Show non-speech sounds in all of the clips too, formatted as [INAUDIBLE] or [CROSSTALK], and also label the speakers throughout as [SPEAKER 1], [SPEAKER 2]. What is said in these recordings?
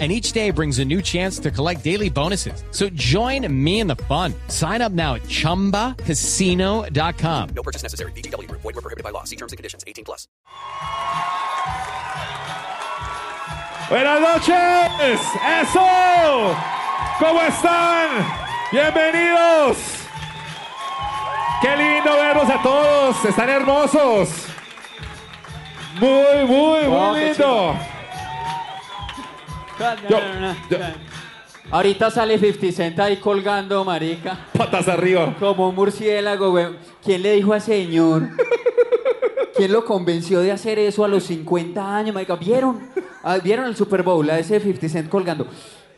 [SPEAKER 1] and each day brings a new chance to collect daily bonuses. So join me in the fun. Sign up now at ChumbaCasino.com.
[SPEAKER 2] No purchase necessary. BGW. Void were prohibited by law. See terms and conditions. 18 plus.
[SPEAKER 3] Buenas noches, eso. ¿Cómo están? Bienvenidos. Qué lindo verlos a todos. Están hermosos. Muy, muy,
[SPEAKER 4] Wow,
[SPEAKER 3] muy
[SPEAKER 4] qué
[SPEAKER 3] lindo. Yo- yo-
[SPEAKER 4] Ahorita sale 50 Cent ahí colgando, marica.
[SPEAKER 3] Patas arriba.
[SPEAKER 4] Como un murciélago, güey. ¿Quién le dijo a ese señor? ¿Quién lo convenció de hacer eso a los 50 años, marica? ¿Vieron? Ah, ¿Vieron el Super Bowl? A ese 50 Cent colgando.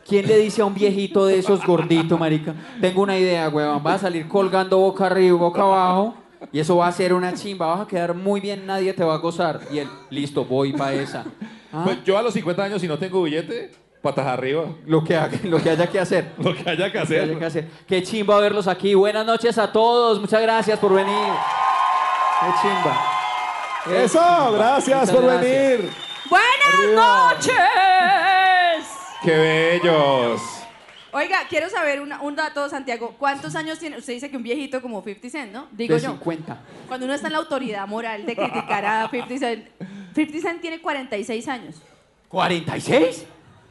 [SPEAKER 4] ¿Quién le dice a un viejito de esos gordito, marica? Tengo una idea, weón. Va a salir colgando boca arriba, boca abajo. Y eso va a ser una chimba. Vas a quedar muy bien, nadie te va a gozar. Y él, listo, voy para esa. Ah,
[SPEAKER 3] Pues yo a los 50 años, si no tengo billete, patas arriba. [LAUGHS]
[SPEAKER 4] lo, que, haga- lo que haya que hacer.
[SPEAKER 3] Lo que haya que
[SPEAKER 4] Que
[SPEAKER 3] hacer.
[SPEAKER 4] haya que hacer. Qué chimba verlos aquí. Buenas noches a todos. Muchas gracias por venir. Qué chimba. Qué
[SPEAKER 3] Eso,
[SPEAKER 4] chimba.
[SPEAKER 3] gracias
[SPEAKER 4] Muchas
[SPEAKER 3] por
[SPEAKER 4] gracias.
[SPEAKER 3] venir. Arriba.
[SPEAKER 5] Buenas noches.
[SPEAKER 3] Qué bellos.
[SPEAKER 5] Oiga, quiero saber una- un dato, Santiago. ¿Cuántos años tiene? Usted dice que un viejito como 50 Cent, ¿no? Digo
[SPEAKER 4] De
[SPEAKER 5] yo.
[SPEAKER 4] 50.
[SPEAKER 5] Cuando uno está en la autoridad moral de criticar a 50 Cent. 50 Cent tiene 46 años.
[SPEAKER 4] ¿46?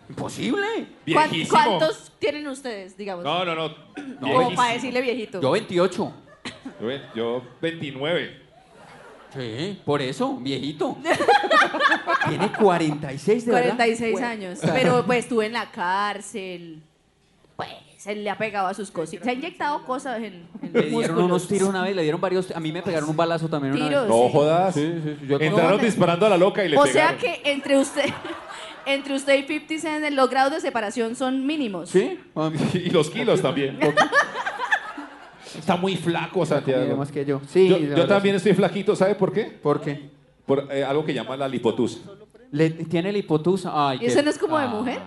[SPEAKER 4] Imposible.
[SPEAKER 5] ¿Cuán-
[SPEAKER 3] Viejísimo.
[SPEAKER 5] ¿Cuántos tienen ustedes, digamos?
[SPEAKER 3] No, no, no.
[SPEAKER 5] como
[SPEAKER 3] Viejísimo.
[SPEAKER 5] para decirle viejito.
[SPEAKER 4] Yo 28.
[SPEAKER 3] Yo ve- Yo 29.
[SPEAKER 4] Sí, por eso, viejito. [LAUGHS] Tiene 46 de verdad.
[SPEAKER 5] 46
[SPEAKER 4] Bueno,
[SPEAKER 5] años.
[SPEAKER 4] o sea,
[SPEAKER 5] Pero pues estuve en la cárcel. Pues se le ha pegado a sus cositas. Se ha inyectado cosas en, en
[SPEAKER 4] Le
[SPEAKER 5] los
[SPEAKER 4] dieron
[SPEAKER 5] músculos.
[SPEAKER 4] unos tiros una vez, le dieron varios. A mí me pegaron un balazo también una
[SPEAKER 5] Tiros.
[SPEAKER 4] vez.
[SPEAKER 3] No
[SPEAKER 5] Sí.
[SPEAKER 3] jodas.
[SPEAKER 4] yo-
[SPEAKER 3] Entraron disparando a la loca y le
[SPEAKER 5] O sea
[SPEAKER 3] pegaron.
[SPEAKER 5] que entre usted, [LAUGHS] entre usted y 50 Cent los grados de separación son mínimos.
[SPEAKER 4] ¿Sí? A mí-
[SPEAKER 3] Y los kilos [LAUGHS] también. Está muy flaco,
[SPEAKER 4] mide
[SPEAKER 3] Santiago.
[SPEAKER 4] más que yo. Sí,
[SPEAKER 3] yo
[SPEAKER 4] la
[SPEAKER 3] yo
[SPEAKER 4] verdad,
[SPEAKER 3] también estoy flaquito, ¿sabe por qué?
[SPEAKER 4] ¿Por qué?
[SPEAKER 3] Por eh, algo que llama la lipotusa.
[SPEAKER 4] Le, tiene la hipotusa. Ay,
[SPEAKER 5] ¿Y eso
[SPEAKER 4] qué-
[SPEAKER 5] no es como de
[SPEAKER 4] Ah.
[SPEAKER 5] mujer?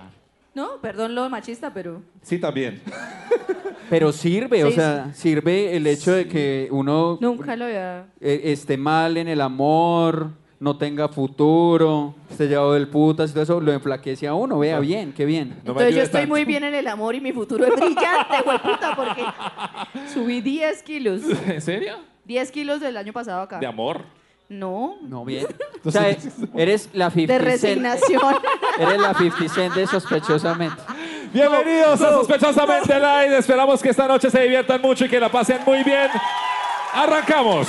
[SPEAKER 5] ¿No? Perdón lo machista, pero.
[SPEAKER 3] Sí, también.
[SPEAKER 4] Pero sirve, o
[SPEAKER 5] Sí,
[SPEAKER 4] sea, sirve el hecho de que uno
[SPEAKER 5] Nunca lo había.
[SPEAKER 4] eh, esté mal en el amor, no tenga futuro, esté llevado del putas y todo eso, lo enflaquece a uno. Vea, bien, qué bien.
[SPEAKER 3] No me
[SPEAKER 5] Entonces yo
[SPEAKER 3] ayudes
[SPEAKER 5] estoy
[SPEAKER 3] tanto.
[SPEAKER 5] muy bien en el amor y mi futuro es brillante, hueputa, porque subí 10 kilos.
[SPEAKER 3] ¿En serio?
[SPEAKER 5] 10 kilos del año pasado acá.
[SPEAKER 3] De amor.
[SPEAKER 5] No.
[SPEAKER 4] No,
[SPEAKER 3] [LAUGHS]
[SPEAKER 4] bien. O sea, eh,
[SPEAKER 3] Entonces-
[SPEAKER 4] eres la 50
[SPEAKER 5] De
[SPEAKER 4] Cent- [LAUGHS]
[SPEAKER 5] resignación.
[SPEAKER 4] Eres la 50 Cent de sospechosamente.
[SPEAKER 3] Bienvenidos a Sospechosamente Live. Esperamos que esta noche se diviertan mucho y que la pasen muy bien. Arrancamos.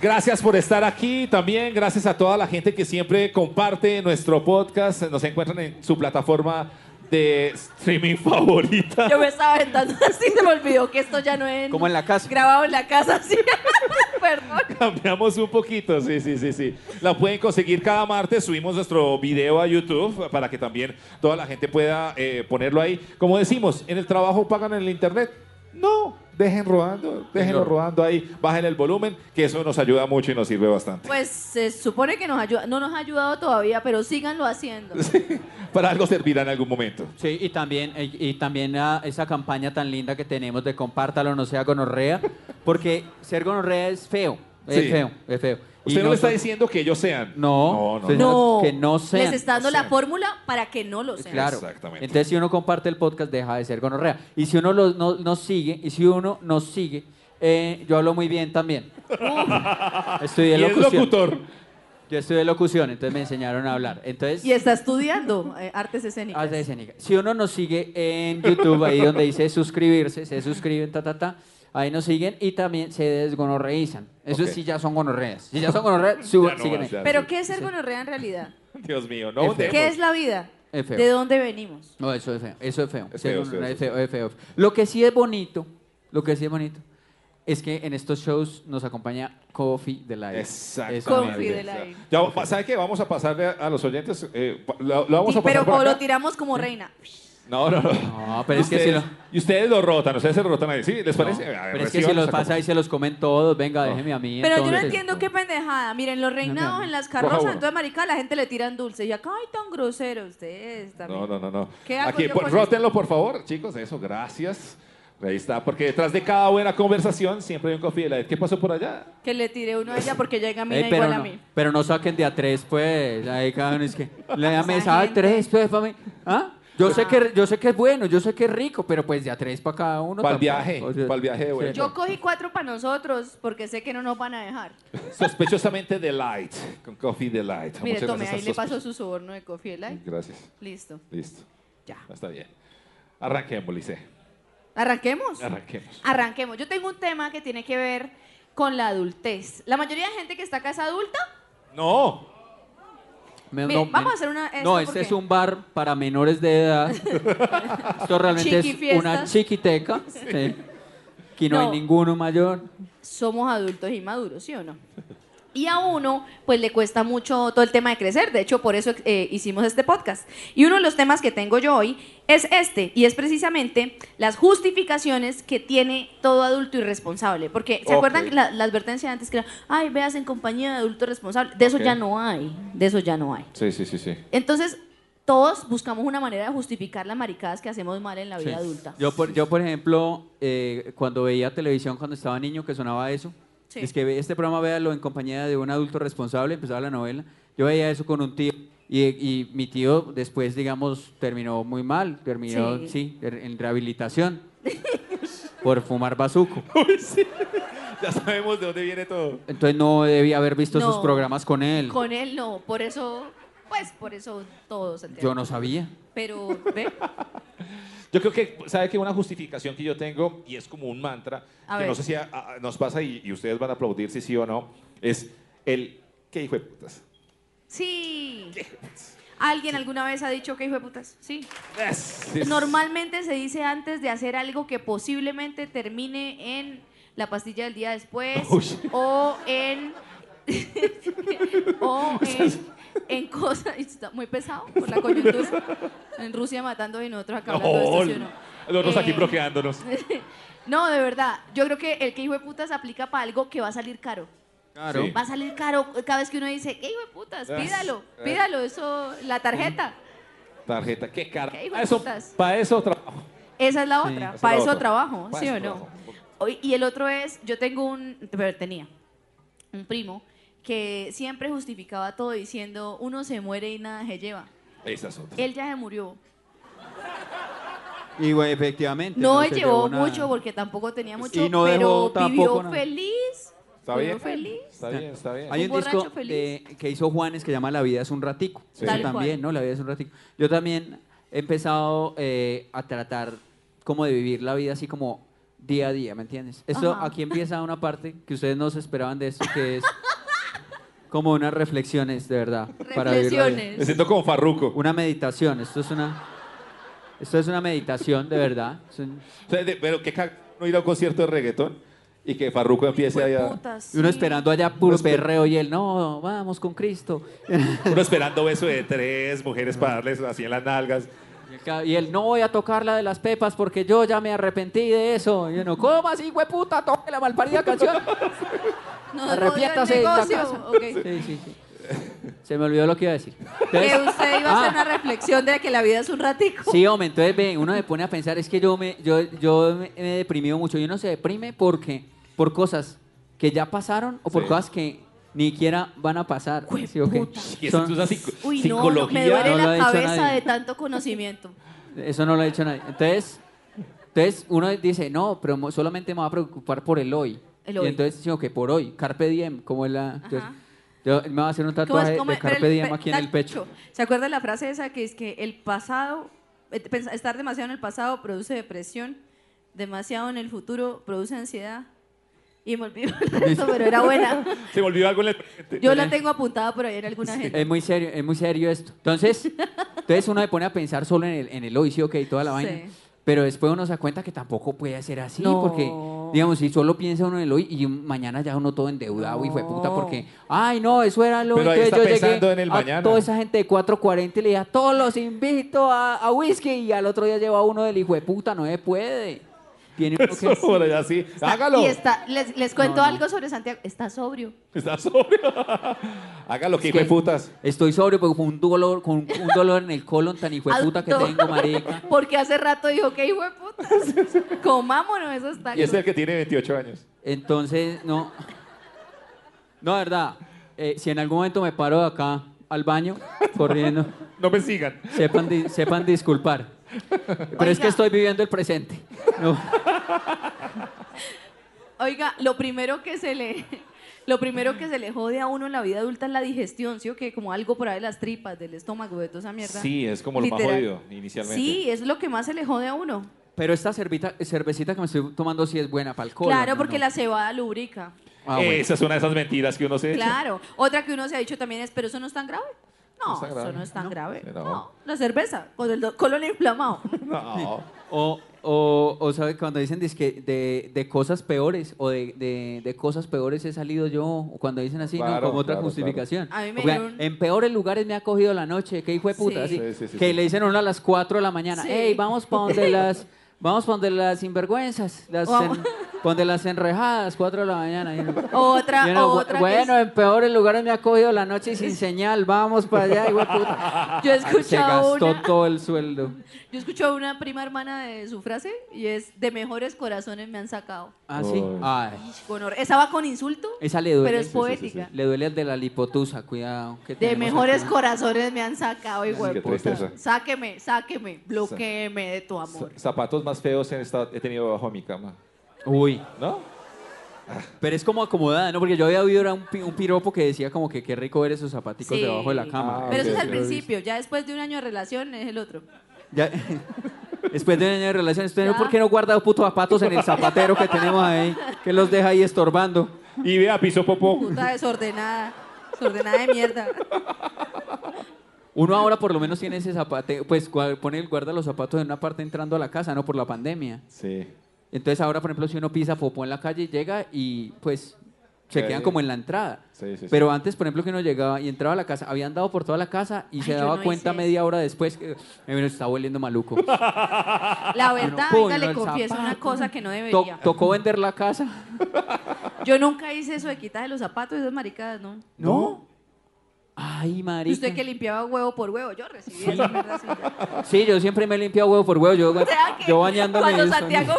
[SPEAKER 3] Gracias por estar aquí también. Gracias a toda la gente que siempre comparte nuestro podcast. Nos encuentran en su plataforma de streaming [LAUGHS] favorita.
[SPEAKER 5] Yo me estaba aventando así, se me olvidó que esto ya no es.
[SPEAKER 4] Como en la casa.
[SPEAKER 5] Grabado en la casa, [LAUGHS] sí. Perdón.
[SPEAKER 3] [LAUGHS] Cambiamos un poquito, sí, sí, sí, sí. La pueden conseguir cada martes. Subimos nuestro video a YouTube para que también toda la gente pueda eh, ponerlo ahí. Como decimos, en el trabajo pagan en el internet. No, dejen rodando, déjenlo
[SPEAKER 4] Señor.
[SPEAKER 3] rodando ahí, bajen el volumen, que eso nos ayuda mucho y nos sirve bastante.
[SPEAKER 5] Pues se supone que nos ayuda, no nos ha ayudado todavía, pero síganlo haciendo.
[SPEAKER 3] Para algo servirá en algún momento.
[SPEAKER 4] Sí, y también, y, y también ah, esa campaña tan linda que tenemos de compártalo, no sea gonorrea, porque ser gonorrea es feo, es
[SPEAKER 3] Sí.
[SPEAKER 4] feo, es feo. Y
[SPEAKER 3] Usted no, le está
[SPEAKER 4] nosotros-
[SPEAKER 3] diciendo que ellos sean.
[SPEAKER 4] No,
[SPEAKER 3] no,
[SPEAKER 4] usted
[SPEAKER 3] no.
[SPEAKER 5] No.
[SPEAKER 4] que no sean.
[SPEAKER 5] Les está dando la fórmula para que no lo sean.
[SPEAKER 4] Claro.
[SPEAKER 3] Exactamente.
[SPEAKER 4] Entonces, si uno comparte el podcast, deja de ser gonorrea. Y si uno lo- no- nos sigue, y si uno nos sigue, eh, yo hablo muy bien también.
[SPEAKER 3] Y
[SPEAKER 4] Estudié
[SPEAKER 3] es
[SPEAKER 4] locución.
[SPEAKER 3] locutor.
[SPEAKER 4] Yo estudié locución, entonces me enseñaron a hablar. Entonces,
[SPEAKER 5] Y está estudiando eh, artes escénicas.
[SPEAKER 4] Haz de escénica. Si uno nos sigue en YouTube, ahí donde dice suscribirse, se suscriben, ta, ta, ta. Ahí nos siguen y también se desgonorreizan. Eso
[SPEAKER 3] Ok.
[SPEAKER 4] sí ya son gonorreas. Si ya son gonorreas, suban,
[SPEAKER 3] Ya no
[SPEAKER 4] siguen
[SPEAKER 3] más,
[SPEAKER 4] ahí.
[SPEAKER 3] ya.
[SPEAKER 5] Pero ¿qué es ser gonorrea en realidad?
[SPEAKER 3] Dios mío, no
[SPEAKER 4] F.
[SPEAKER 5] ¿Qué
[SPEAKER 3] hundemos.
[SPEAKER 5] es la vida?
[SPEAKER 4] Es feo.
[SPEAKER 5] ¿De dónde venimos?
[SPEAKER 4] No, eso es feo. Eso es feo.
[SPEAKER 3] Es
[SPEAKER 4] Ser
[SPEAKER 3] feo,
[SPEAKER 4] gonorrea
[SPEAKER 3] feo,
[SPEAKER 4] es feo, es feo. Lo que sí es bonito, lo que sí es bonito, es que en estos shows nos acompaña Coffee de la
[SPEAKER 3] Exactamente.
[SPEAKER 5] Confi de la I.
[SPEAKER 3] Ya, va- ¿Sabe qué? Vamos a pasarle a, a los oyentes. eh, pa- lo, lo vamos a
[SPEAKER 5] Ti- Pero
[SPEAKER 3] pasar por
[SPEAKER 5] como
[SPEAKER 3] acá.
[SPEAKER 5] lo tiramos como reina.
[SPEAKER 3] No, no, no.
[SPEAKER 4] No, pero es que si
[SPEAKER 3] Ustedes-
[SPEAKER 4] lo-
[SPEAKER 3] Y ustedes lo rotan, ustedes se lo rotan ahí. ¿Sí? ¿Les parece? A ver,
[SPEAKER 4] Pero es que si
[SPEAKER 3] reciban
[SPEAKER 4] los
[SPEAKER 3] esa
[SPEAKER 4] pasa
[SPEAKER 3] copa.
[SPEAKER 4] ahí se los comen todos, venga, déjeme a mí.
[SPEAKER 5] Pero yo no
[SPEAKER 4] entonces.
[SPEAKER 5] entiendo qué pendejada. Miren, los reinados en las
[SPEAKER 3] Coja
[SPEAKER 5] carrozas,
[SPEAKER 3] uno.
[SPEAKER 5] entonces, marica, a la gente le tiran dulce. Y acá, ay, tan grosero ustedes también.
[SPEAKER 3] No, no, no, no.
[SPEAKER 5] ¿Qué hago
[SPEAKER 3] Aquí,
[SPEAKER 5] yo
[SPEAKER 3] po-
[SPEAKER 5] con
[SPEAKER 3] rótenlo, por favor, chicos. Eso, gracias. Ahí está, porque detrás de cada buena conversación siempre hay un coffee de la ¿Qué pasó por allá?
[SPEAKER 5] Que le tire uno a ella porque llega a mí
[SPEAKER 4] Ey, Eh, pero,
[SPEAKER 5] igual a
[SPEAKER 4] no,
[SPEAKER 5] mí.
[SPEAKER 4] pero no saquen de a tres, pues. Ahí cada uno es
[SPEAKER 5] [LAUGHS]
[SPEAKER 4] que. Le da
[SPEAKER 5] Esa
[SPEAKER 4] mesa a
[SPEAKER 5] gente.
[SPEAKER 4] tres, pues, pa' mí. ¿Ah? Yo, sé que, yo sé que es bueno, yo sé que es rico, pero pues de a tres para cada uno.
[SPEAKER 3] Pa'l
[SPEAKER 4] tampoco.
[SPEAKER 3] viaje,
[SPEAKER 4] O sea,
[SPEAKER 3] pa'l viaje de vuelta.
[SPEAKER 5] Yo cogí cuatro para nosotros porque sé que no nos van a dejar.
[SPEAKER 3] Sospechosamente Delight, con Coffee Delight.
[SPEAKER 5] Mire,
[SPEAKER 3] Muchas
[SPEAKER 5] tome,
[SPEAKER 3] gracias a
[SPEAKER 5] ahí le paso
[SPEAKER 3] sospechosos.
[SPEAKER 5] su soborno de Coffee Light.
[SPEAKER 3] Gracias.
[SPEAKER 5] Listo,
[SPEAKER 3] Listo. Ah,
[SPEAKER 5] ya.
[SPEAKER 3] Está bien. Arranquemos, Lice.
[SPEAKER 5] ¿Arranquemos?
[SPEAKER 3] Arranquemos.
[SPEAKER 5] Ah. Arranquemos. Yo tengo un tema que tiene que ver con la adultez. La mayoría de gente que está acá es adulta.
[SPEAKER 3] No.
[SPEAKER 4] me-
[SPEAKER 5] Mire, vamos
[SPEAKER 4] me-
[SPEAKER 5] a hacer una- esto
[SPEAKER 4] No, este
[SPEAKER 5] porque-
[SPEAKER 4] es un bar para menores de
[SPEAKER 5] [LAUGHS]
[SPEAKER 4] edad. Esto realmente es una
[SPEAKER 5] Chiquifiestas.
[SPEAKER 4] chiquiteca. sí. Aquí no,
[SPEAKER 5] No.
[SPEAKER 4] hay ninguno mayor.
[SPEAKER 5] somos adultos inmaduros, ¿sí o no? Y a uno, pues le cuesta mucho todo el tema de crecer. De hecho, por eso eh, hicimos este podcast. Y uno de los temas que tengo yo hoy es este, y es precisamente las justificaciones que tiene todo adulto irresponsable. Porque, ¿se
[SPEAKER 3] Ok.
[SPEAKER 5] acuerdan la, la advertencia de antes que era, ay, veas en compañía de adulto responsable? De eso
[SPEAKER 3] Ok.
[SPEAKER 5] ya no hay, de eso ya no hay.
[SPEAKER 3] Sí, sí, sí, sí.
[SPEAKER 5] Entonces, todos buscamos una manera de justificar las maricadas que hacemos mal en la vida
[SPEAKER 4] Sí.
[SPEAKER 5] adulta.
[SPEAKER 4] Yo, por, yo, por ejemplo, eh, cuando veía televisión cuando estaba niño, que sonaba eso,
[SPEAKER 5] Sí.
[SPEAKER 4] es que ve- este programa véalo en compañía de un adulto responsable, empezaba la novela, yo veía eso con un tío. Y, y mi tío después, digamos, terminó muy mal, terminó,
[SPEAKER 5] Sí.
[SPEAKER 4] sí, er- en rehabilitación por fumar bazuco.
[SPEAKER 3] Ya sabemos de dónde viene todo.
[SPEAKER 4] Entonces no debía haber visto
[SPEAKER 5] No.
[SPEAKER 4] sus programas con él.
[SPEAKER 5] Con él no, por eso, pues por eso todos. ¿entiendes?
[SPEAKER 4] Yo no sabía.
[SPEAKER 5] Pero, ¿ve?
[SPEAKER 3] Yo creo que, ¿sabe que Una justificación que yo tengo, y es como un mantra,
[SPEAKER 5] A
[SPEAKER 3] que
[SPEAKER 5] ver.
[SPEAKER 3] no sé si a- a- nos pasa y, y ustedes van a aplaudir si sí o no, es el ¿qué hijo de putas?
[SPEAKER 5] Sí. ¿Alguien alguna vez ha dicho que hijo de putas? Sí.
[SPEAKER 3] Yes. Sí, sí,
[SPEAKER 5] Normalmente se dice antes de hacer algo que posiblemente termine en la pastilla del día después
[SPEAKER 3] Uy.
[SPEAKER 5] o en o en, en cosas está muy pesado por la coyuntura. En Rusia matando y nosotros acá
[SPEAKER 3] No,
[SPEAKER 5] hablando de esto, ¿sí o no?
[SPEAKER 3] nosotros aquí
[SPEAKER 5] Eh,
[SPEAKER 3] bloqueándonos.
[SPEAKER 5] No, de verdad. Yo creo que el que hijo de putas aplica para algo que va a salir caro.
[SPEAKER 4] Claro.
[SPEAKER 3] Sí.
[SPEAKER 5] Va a salir caro cada vez que uno dice, ¿qué hijo de putas?
[SPEAKER 4] Eh,
[SPEAKER 3] Ah,
[SPEAKER 5] Pídalo,
[SPEAKER 3] ah.
[SPEAKER 5] pídalo, eso, la tarjeta.
[SPEAKER 3] Tarjeta, qué cara.
[SPEAKER 5] ¿Qué hijo de
[SPEAKER 3] Para eso,
[SPEAKER 5] putas?
[SPEAKER 3] pa' eso trabajo.
[SPEAKER 5] Esa es la
[SPEAKER 4] Sí,
[SPEAKER 5] otra.
[SPEAKER 3] esa es
[SPEAKER 5] Para
[SPEAKER 3] la
[SPEAKER 5] eso
[SPEAKER 3] otra.
[SPEAKER 5] trabajo,
[SPEAKER 3] Pa'
[SPEAKER 5] ¿sí
[SPEAKER 3] eso
[SPEAKER 5] o no?
[SPEAKER 3] trabajo.
[SPEAKER 5] Hoy- Y el otro es, yo tengo un, pero tenía un primo que siempre justificaba todo diciendo, uno se muere y nada se lleva.
[SPEAKER 3] Esa es otra.
[SPEAKER 5] Él ya se murió.
[SPEAKER 4] Y bueno, efectivamente.
[SPEAKER 5] No,
[SPEAKER 4] se
[SPEAKER 5] llevó
[SPEAKER 4] nada.
[SPEAKER 5] mucho porque tampoco tenía mucho,
[SPEAKER 4] no
[SPEAKER 5] pero
[SPEAKER 4] dejó tampoco
[SPEAKER 5] vivió
[SPEAKER 4] nada.
[SPEAKER 5] feliz.
[SPEAKER 3] ¿Está
[SPEAKER 5] vivió
[SPEAKER 3] bien?
[SPEAKER 5] feliz.
[SPEAKER 3] Está bien, está bien.
[SPEAKER 4] Hay
[SPEAKER 5] Un
[SPEAKER 4] un, disco
[SPEAKER 5] borracho feliz.
[SPEAKER 4] de- que hizo Juanes que llama La vida es un ratico.
[SPEAKER 3] Sí.
[SPEAKER 4] Yo
[SPEAKER 5] Tal cual.
[SPEAKER 4] también, ¿no? La vida es un ratico. Yo también he empezado eh, a tratar como de vivir la vida así como día a día, ¿me entiendes? Esto
[SPEAKER 5] Ajá.
[SPEAKER 4] aquí empieza una parte que ustedes no se esperaban de esto,
[SPEAKER 5] [LAUGHS]
[SPEAKER 4] que es como unas reflexiones, de verdad. para vivir la vida.
[SPEAKER 5] Reflexiones.
[SPEAKER 3] Me
[SPEAKER 4] [LAUGHS]
[SPEAKER 3] siento como Farruco.
[SPEAKER 4] Una meditación, esto es una... Esto es una meditación, de verdad. Es un-
[SPEAKER 3] O sea, de- pero qué cara no ir a un concierto de reggaetón y que Farruco empiece allá.
[SPEAKER 5] Putas,
[SPEAKER 4] Uno
[SPEAKER 5] sí.
[SPEAKER 4] esperando allá puro
[SPEAKER 3] espe-
[SPEAKER 4] perreo y él, no, vamos con Cristo.
[SPEAKER 3] Uno esperando beso de tres mujeres para darles así en las nalgas.
[SPEAKER 4] Y el ca- Y él, no voy a tocar la de las pepas porque yo ya me arrepentí de eso. Y uno, ¿cómo así, hueputa? Toque la
[SPEAKER 3] [LAUGHS]
[SPEAKER 4] malparida canción.
[SPEAKER 5] No,
[SPEAKER 4] Arrepiéntase.
[SPEAKER 5] el
[SPEAKER 4] en la
[SPEAKER 5] negocio.
[SPEAKER 4] casa.
[SPEAKER 5] Ok.
[SPEAKER 4] Sí, sí, sí. Se me olvidó lo que iba a decir.
[SPEAKER 5] Que
[SPEAKER 4] Entonces-
[SPEAKER 5] usted iba a hacer
[SPEAKER 4] Ah,
[SPEAKER 5] una reflexión de que la vida es un ratico.
[SPEAKER 4] Sí, hombre, entonces ve, uno se pone a pensar, es que yo me, yo, yo me me he deprimido mucho. Y uno se deprime porque, por cosas que ya pasaron o por
[SPEAKER 3] Sí.
[SPEAKER 4] cosas que ni siquiera van a pasar. ¿sí o qué?
[SPEAKER 5] Jueputa.
[SPEAKER 3] Y eso
[SPEAKER 4] Son-
[SPEAKER 3] es una psico-
[SPEAKER 5] Uy, no, no,
[SPEAKER 3] psicología.
[SPEAKER 5] me duele
[SPEAKER 4] No lo ha
[SPEAKER 5] la
[SPEAKER 4] dicho
[SPEAKER 5] cabeza
[SPEAKER 4] nadie.
[SPEAKER 5] de tanto conocimiento.
[SPEAKER 4] Eso no lo ha dicho nadie. Entonces, entonces uno dice, no, pero mo- solamente me va a preocupar por el hoy.
[SPEAKER 5] El
[SPEAKER 4] Y
[SPEAKER 5] hoy.
[SPEAKER 4] entonces, sino que por hoy, Carpe Diem, como es la... entonces,
[SPEAKER 5] Ajá.
[SPEAKER 4] yo me va a hacer un
[SPEAKER 5] ¿Cómo es?
[SPEAKER 4] tatuaje
[SPEAKER 5] ¿Cómo
[SPEAKER 4] de
[SPEAKER 5] es? Pero
[SPEAKER 4] Carpe
[SPEAKER 5] el
[SPEAKER 4] Diem
[SPEAKER 5] pe-
[SPEAKER 4] aquí en el pecho.
[SPEAKER 5] ¿Se acuerda la frase esa que es que el pasado, eh, pens- estar demasiado en el pasado produce depresión, demasiado en el futuro produce ansiedad. Y me olvidé el resto, pero era buena.
[SPEAKER 3] Se me olvidó algo en el presente.
[SPEAKER 5] Yo la tengo apuntada por ahí en alguna gente.
[SPEAKER 4] Es muy serio, es muy serio esto. Entonces, entonces uno se pone a pensar solo en el, en el hoy, sí, ok, toda la
[SPEAKER 5] Sí.
[SPEAKER 4] vaina. Pero después uno se da cuenta que tampoco puede ser así,
[SPEAKER 5] No.
[SPEAKER 4] porque, digamos, si solo piensa uno en el hoy y mañana ya uno todo endeudado y fue puta, porque, ay, no, eso era lo
[SPEAKER 3] Pero ahí
[SPEAKER 4] entonces
[SPEAKER 3] está pensando en el
[SPEAKER 4] a
[SPEAKER 3] mañana.
[SPEAKER 4] toda esa gente de 440 y le dije, a todos los invito a, a whisky y al otro día lleva uno del hijo de puta, no se puede. Tiene uno
[SPEAKER 3] [LAUGHS]
[SPEAKER 4] que-
[SPEAKER 3] Eso, por allá, sí. Hágalo.
[SPEAKER 5] Y está, les, les cuento algo sobre Santiago. Está sobrio.
[SPEAKER 3] Está sobrio. [LAUGHS] Hágalo, que hijo de putas.
[SPEAKER 4] Estoy sobrio porque con un dolor, con un dolor en el colon tan hijo de puta que
[SPEAKER 5] Adulto.
[SPEAKER 4] tengo, marica.
[SPEAKER 5] [LAUGHS] Porque hace rato dijo que hijo de puta. [LAUGHS] Comámonos esos tacos.
[SPEAKER 3] Y es el que tiene 28 años.
[SPEAKER 4] Entonces, no. No, de verdad. eh, si en algún momento me paro de acá al baño corriendo,
[SPEAKER 3] No me sigan.
[SPEAKER 4] sepan, di- sepan disculpar. Pero es que
[SPEAKER 5] Oiga.
[SPEAKER 4] estoy viviendo el presente. No.
[SPEAKER 5] Oiga, lo primero que se le lo primero que se le jode a uno en la vida adulta es la digestión, ¿sí o qué? Como algo por ahí de las tripas, del estómago, de toda esa mierda.
[SPEAKER 3] Sí, es como lo más
[SPEAKER 5] Literal.
[SPEAKER 3] jodido inicialmente.
[SPEAKER 5] Sí, es lo que más se le jode a uno.
[SPEAKER 4] Pero esta cervita- cervecita que me estoy tomando sí es buena para el colon.
[SPEAKER 5] claro,
[SPEAKER 4] ¿no?
[SPEAKER 5] porque la cebada lubrica.
[SPEAKER 4] Ah, bueno.
[SPEAKER 3] Esa es una de esas mentiras que uno se echa.
[SPEAKER 5] Claro. Otra que uno se ha dicho también es, pero eso no es tan grave. No,
[SPEAKER 3] No está grave.
[SPEAKER 5] eso no es tan
[SPEAKER 3] No.
[SPEAKER 5] grave.
[SPEAKER 3] Pero-
[SPEAKER 5] No, la cerveza, con el do- colon
[SPEAKER 3] [LAUGHS]
[SPEAKER 5] inflamado.
[SPEAKER 3] No.
[SPEAKER 4] O, o, o sabe, cuando dicen dizque de, de cosas peores o de, de- de cosas peores he salido yo, o cuando dicen así, ¿no?
[SPEAKER 3] Claro,
[SPEAKER 4] como otra
[SPEAKER 3] claro,
[SPEAKER 4] justificación.
[SPEAKER 5] claro. A mí me
[SPEAKER 4] O sea,
[SPEAKER 5] dieron-
[SPEAKER 4] En peores lugares me ha cogido la noche, qué hijo de puta,
[SPEAKER 5] Sí.
[SPEAKER 4] así,
[SPEAKER 3] Sí, sí, sí,
[SPEAKER 4] que
[SPEAKER 3] sí.
[SPEAKER 4] le dicen a uno a las 4 de la mañana,
[SPEAKER 5] Sí.
[SPEAKER 4] hey, vamos para
[SPEAKER 5] [LAUGHS]
[SPEAKER 4] donde las, vamos pa' donde las sinvergüenzas, las en-
[SPEAKER 5] Vamos.
[SPEAKER 4] pa' donde las enrejadas, 4 de la mañana. y uno-
[SPEAKER 5] Otra,
[SPEAKER 4] y uno,
[SPEAKER 5] otra que
[SPEAKER 4] bueno,
[SPEAKER 5] es-
[SPEAKER 4] en peores lugares me ha cogido la noche y sin señal, vamos para allá, hijo de puta.
[SPEAKER 5] Yo [LAUGHS] he
[SPEAKER 4] Se
[SPEAKER 5] escuchado
[SPEAKER 4] gastó
[SPEAKER 5] una,
[SPEAKER 4] todo el sueldo.
[SPEAKER 5] yo escucho a una prima hermana de su frase y es, de mejores corazones me han sacado.
[SPEAKER 4] Ah, sí.
[SPEAKER 3] Ay.
[SPEAKER 4] Ay.
[SPEAKER 5] Con or- Esa va con insulto,
[SPEAKER 4] Esa le duele.
[SPEAKER 5] pero es
[SPEAKER 4] Sí, sí,
[SPEAKER 5] poética.
[SPEAKER 4] Le duele al de la lipotusa, cuidado. que
[SPEAKER 5] De
[SPEAKER 4] tenemos
[SPEAKER 5] mejores
[SPEAKER 4] aquí.
[SPEAKER 5] corazones me han sacado, hijo
[SPEAKER 3] qué
[SPEAKER 5] de puta.
[SPEAKER 3] tristeza.
[SPEAKER 5] Sáqueme, sáqueme, bloqueeme de tu amor.
[SPEAKER 3] Z- Zapatos más feos he esta- he tenido bajo mi cama.
[SPEAKER 4] Uy,
[SPEAKER 3] ¿No?
[SPEAKER 4] pero es como acomodada, ¿no? Porque yo había oído era un, pi- un piropo que decía como que qué rico ver esos zapaticos
[SPEAKER 5] Sí.
[SPEAKER 4] debajo de la cama.
[SPEAKER 3] Ah,
[SPEAKER 5] Pero eso
[SPEAKER 3] ok,
[SPEAKER 5] es al
[SPEAKER 3] ok.
[SPEAKER 5] principio, ya después de un año de relación es el otro.
[SPEAKER 4] Ya- [LAUGHS] Después de un año de relaciones, ¿usted
[SPEAKER 5] Ya.
[SPEAKER 4] ¿por qué no guarda los putos zapatos en el zapatero que tenemos ahí? Que los deja ahí estorbando.
[SPEAKER 3] Y vea, piso popó.
[SPEAKER 5] Puta desordenada, desordenada de mierda.
[SPEAKER 4] Uno ahora por lo menos tiene ese zapatero, pues cua- pone, guarda los zapatos en una parte entrando a la casa, ¿no? Por la pandemia.
[SPEAKER 3] Sí.
[SPEAKER 4] Entonces ahora, por ejemplo, si uno pisa popó en la calle, llega y pues se
[SPEAKER 3] Sí.
[SPEAKER 4] quedan como en la entrada.
[SPEAKER 3] Sí, sí, sí.
[SPEAKER 4] Pero antes, por ejemplo, que uno llegaba y entraba a la casa, había andado por toda la casa y
[SPEAKER 5] Ay,
[SPEAKER 4] se
[SPEAKER 5] yo
[SPEAKER 4] daba
[SPEAKER 5] no
[SPEAKER 4] cuenta
[SPEAKER 5] hice
[SPEAKER 4] media hora después que "Ay, bueno, está volviendo
[SPEAKER 5] [LAUGHS]
[SPEAKER 4] maluco.
[SPEAKER 5] La verdad,
[SPEAKER 4] Uno,
[SPEAKER 5] venga,
[SPEAKER 4] coño,
[SPEAKER 5] le
[SPEAKER 4] el
[SPEAKER 5] confieso una
[SPEAKER 4] zapato.
[SPEAKER 5] cosa que no
[SPEAKER 4] To-
[SPEAKER 5] debería.
[SPEAKER 4] tocó vender la casa.
[SPEAKER 5] Yo nunca hice eso de quitarse los zapatos y esas maricadas, ¿no?
[SPEAKER 4] No. Ay, marica.
[SPEAKER 5] Usted que limpiaba huevo por huevo, yo recibía esa mierda así. ya.
[SPEAKER 4] Sí, yo siempre me he limpiado huevo por huevo. Yo,
[SPEAKER 5] O sea que
[SPEAKER 4] yo bañándome.
[SPEAKER 5] cuando
[SPEAKER 4] eso,
[SPEAKER 5] Santiago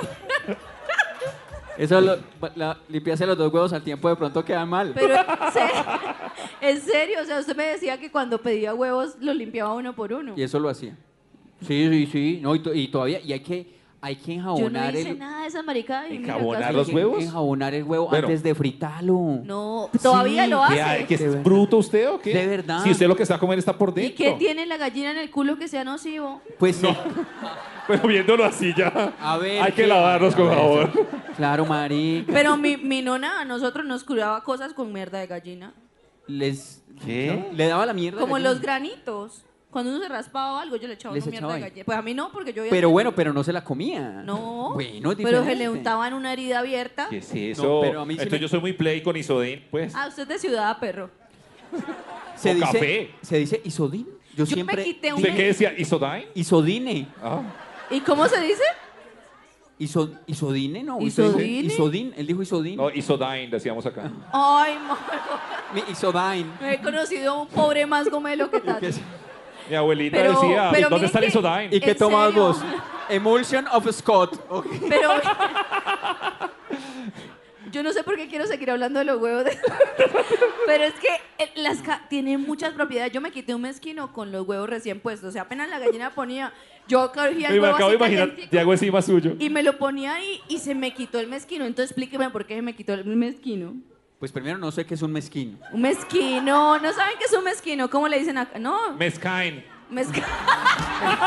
[SPEAKER 4] Eso, lo- la- limpiarse los dos huevos al tiempo de pronto queda mal.
[SPEAKER 5] [LAUGHS] Pero se- en serio, o sea, usted me decía que cuando pedía huevos los limpiaba uno por uno.
[SPEAKER 4] Y eso lo hacía. Sí, sí, sí. No, y, to- y todavía, y hay que, hay que
[SPEAKER 5] Yo no
[SPEAKER 4] enjabonar
[SPEAKER 5] hice
[SPEAKER 4] el.
[SPEAKER 5] nada de esa maricada. y mira,
[SPEAKER 3] Enjabonar
[SPEAKER 5] acá
[SPEAKER 3] los
[SPEAKER 5] estoy.
[SPEAKER 4] hay que
[SPEAKER 3] huevos?
[SPEAKER 4] Enjabonar el huevo
[SPEAKER 3] Bueno.
[SPEAKER 4] antes de fritarlo.
[SPEAKER 5] No, todavía
[SPEAKER 4] Sí,
[SPEAKER 5] lo
[SPEAKER 4] ¿qué
[SPEAKER 5] hace.
[SPEAKER 3] Vea, ¿Que
[SPEAKER 4] De
[SPEAKER 3] es
[SPEAKER 4] verdad.
[SPEAKER 3] bruto usted o qué?
[SPEAKER 4] De verdad.
[SPEAKER 3] Si usted lo que está a comer está por
[SPEAKER 5] ¿Y
[SPEAKER 3] dentro.
[SPEAKER 5] qué tiene la gallina en el culo que sea nocivo?
[SPEAKER 4] Pues no.
[SPEAKER 3] Pero viéndolo así ya.
[SPEAKER 4] A ver,
[SPEAKER 3] Hay que
[SPEAKER 4] ¿qué?
[SPEAKER 3] lavarlos,
[SPEAKER 4] A
[SPEAKER 3] con
[SPEAKER 4] ver,
[SPEAKER 3] favor.
[SPEAKER 4] Claro, marica.
[SPEAKER 5] Pero mi, mi nona a nosotros nos curaba cosas con mierda de gallina.
[SPEAKER 4] Les,
[SPEAKER 3] ¿Qué?
[SPEAKER 4] Le daba la mierda.
[SPEAKER 5] Como
[SPEAKER 4] a la
[SPEAKER 5] los
[SPEAKER 4] gallina.
[SPEAKER 5] granitos. Cuando uno se raspaba algo, yo le echaba
[SPEAKER 4] Les
[SPEAKER 5] una mierda
[SPEAKER 4] echaba
[SPEAKER 5] de
[SPEAKER 4] ahí.
[SPEAKER 5] gallina. Pues a mí no, porque yo...
[SPEAKER 4] Pero bueno, pero no se la comía.
[SPEAKER 5] No,
[SPEAKER 4] Bueno, es
[SPEAKER 5] pero se
[SPEAKER 4] diferente.
[SPEAKER 5] le untaban una herida abierta.
[SPEAKER 3] ¿Qué es eso?
[SPEAKER 4] No, pero a mí sí
[SPEAKER 3] Entonces
[SPEAKER 4] me-
[SPEAKER 3] yo soy muy play con Isodin, pues.
[SPEAKER 5] Ah, usted es de ciudad, perro.
[SPEAKER 4] Se
[SPEAKER 3] o
[SPEAKER 4] dice,
[SPEAKER 3] café.
[SPEAKER 4] Se dice isodine. Yo,
[SPEAKER 5] Yo
[SPEAKER 4] siempre.
[SPEAKER 5] me quité una...
[SPEAKER 3] ¿Usted qué decía? ¿Isodine?
[SPEAKER 4] Isodine.
[SPEAKER 3] Ah,
[SPEAKER 5] ¿Y cómo se dice?
[SPEAKER 4] Iso- isodine, no. usted dice
[SPEAKER 5] ¿Isodine?
[SPEAKER 4] Isodine. Él dijo isodine.
[SPEAKER 3] no, Isodine decíamos acá.
[SPEAKER 5] Ah. Ay, Marco.
[SPEAKER 4] Mi- isodine.
[SPEAKER 5] No he conocido a un pobre más gomelo que tal.
[SPEAKER 3] Mi abuelita
[SPEAKER 5] Pero-
[SPEAKER 3] decía,
[SPEAKER 5] pero
[SPEAKER 3] ¿dónde
[SPEAKER 5] mire
[SPEAKER 3] está el
[SPEAKER 5] que-
[SPEAKER 3] Isodine?
[SPEAKER 4] ¿Y qué
[SPEAKER 5] ¿En
[SPEAKER 4] tomas
[SPEAKER 5] serio?
[SPEAKER 4] vos? Emulsion of Scott. Ok.
[SPEAKER 5] Pero [LAUGHS] yo no sé por qué quiero seguir hablando de los huevos. de- [LAUGHS] Pero es que eh, las ca- tienen muchas propiedades. Yo me quité un mezquino con los huevos recién puestos. O sea, apenas la gallina ponía, yo cogía
[SPEAKER 3] Me
[SPEAKER 5] el huevo
[SPEAKER 3] acabo de
[SPEAKER 5] así
[SPEAKER 3] imaginar,
[SPEAKER 5] calientico
[SPEAKER 3] Tiago encima suyo.
[SPEAKER 5] y me lo ponía ahí y se me quitó el mezquino. Entonces explíqueme por qué se me quitó el mezquino.
[SPEAKER 4] Pues primero no sé qué es un mezquino.
[SPEAKER 5] Un mezquino, no saben qué es un mezquino. ¿Cómo le dicen acá? No,
[SPEAKER 3] Mezcain.
[SPEAKER 5] mezquino.
[SPEAKER 4] Bueno,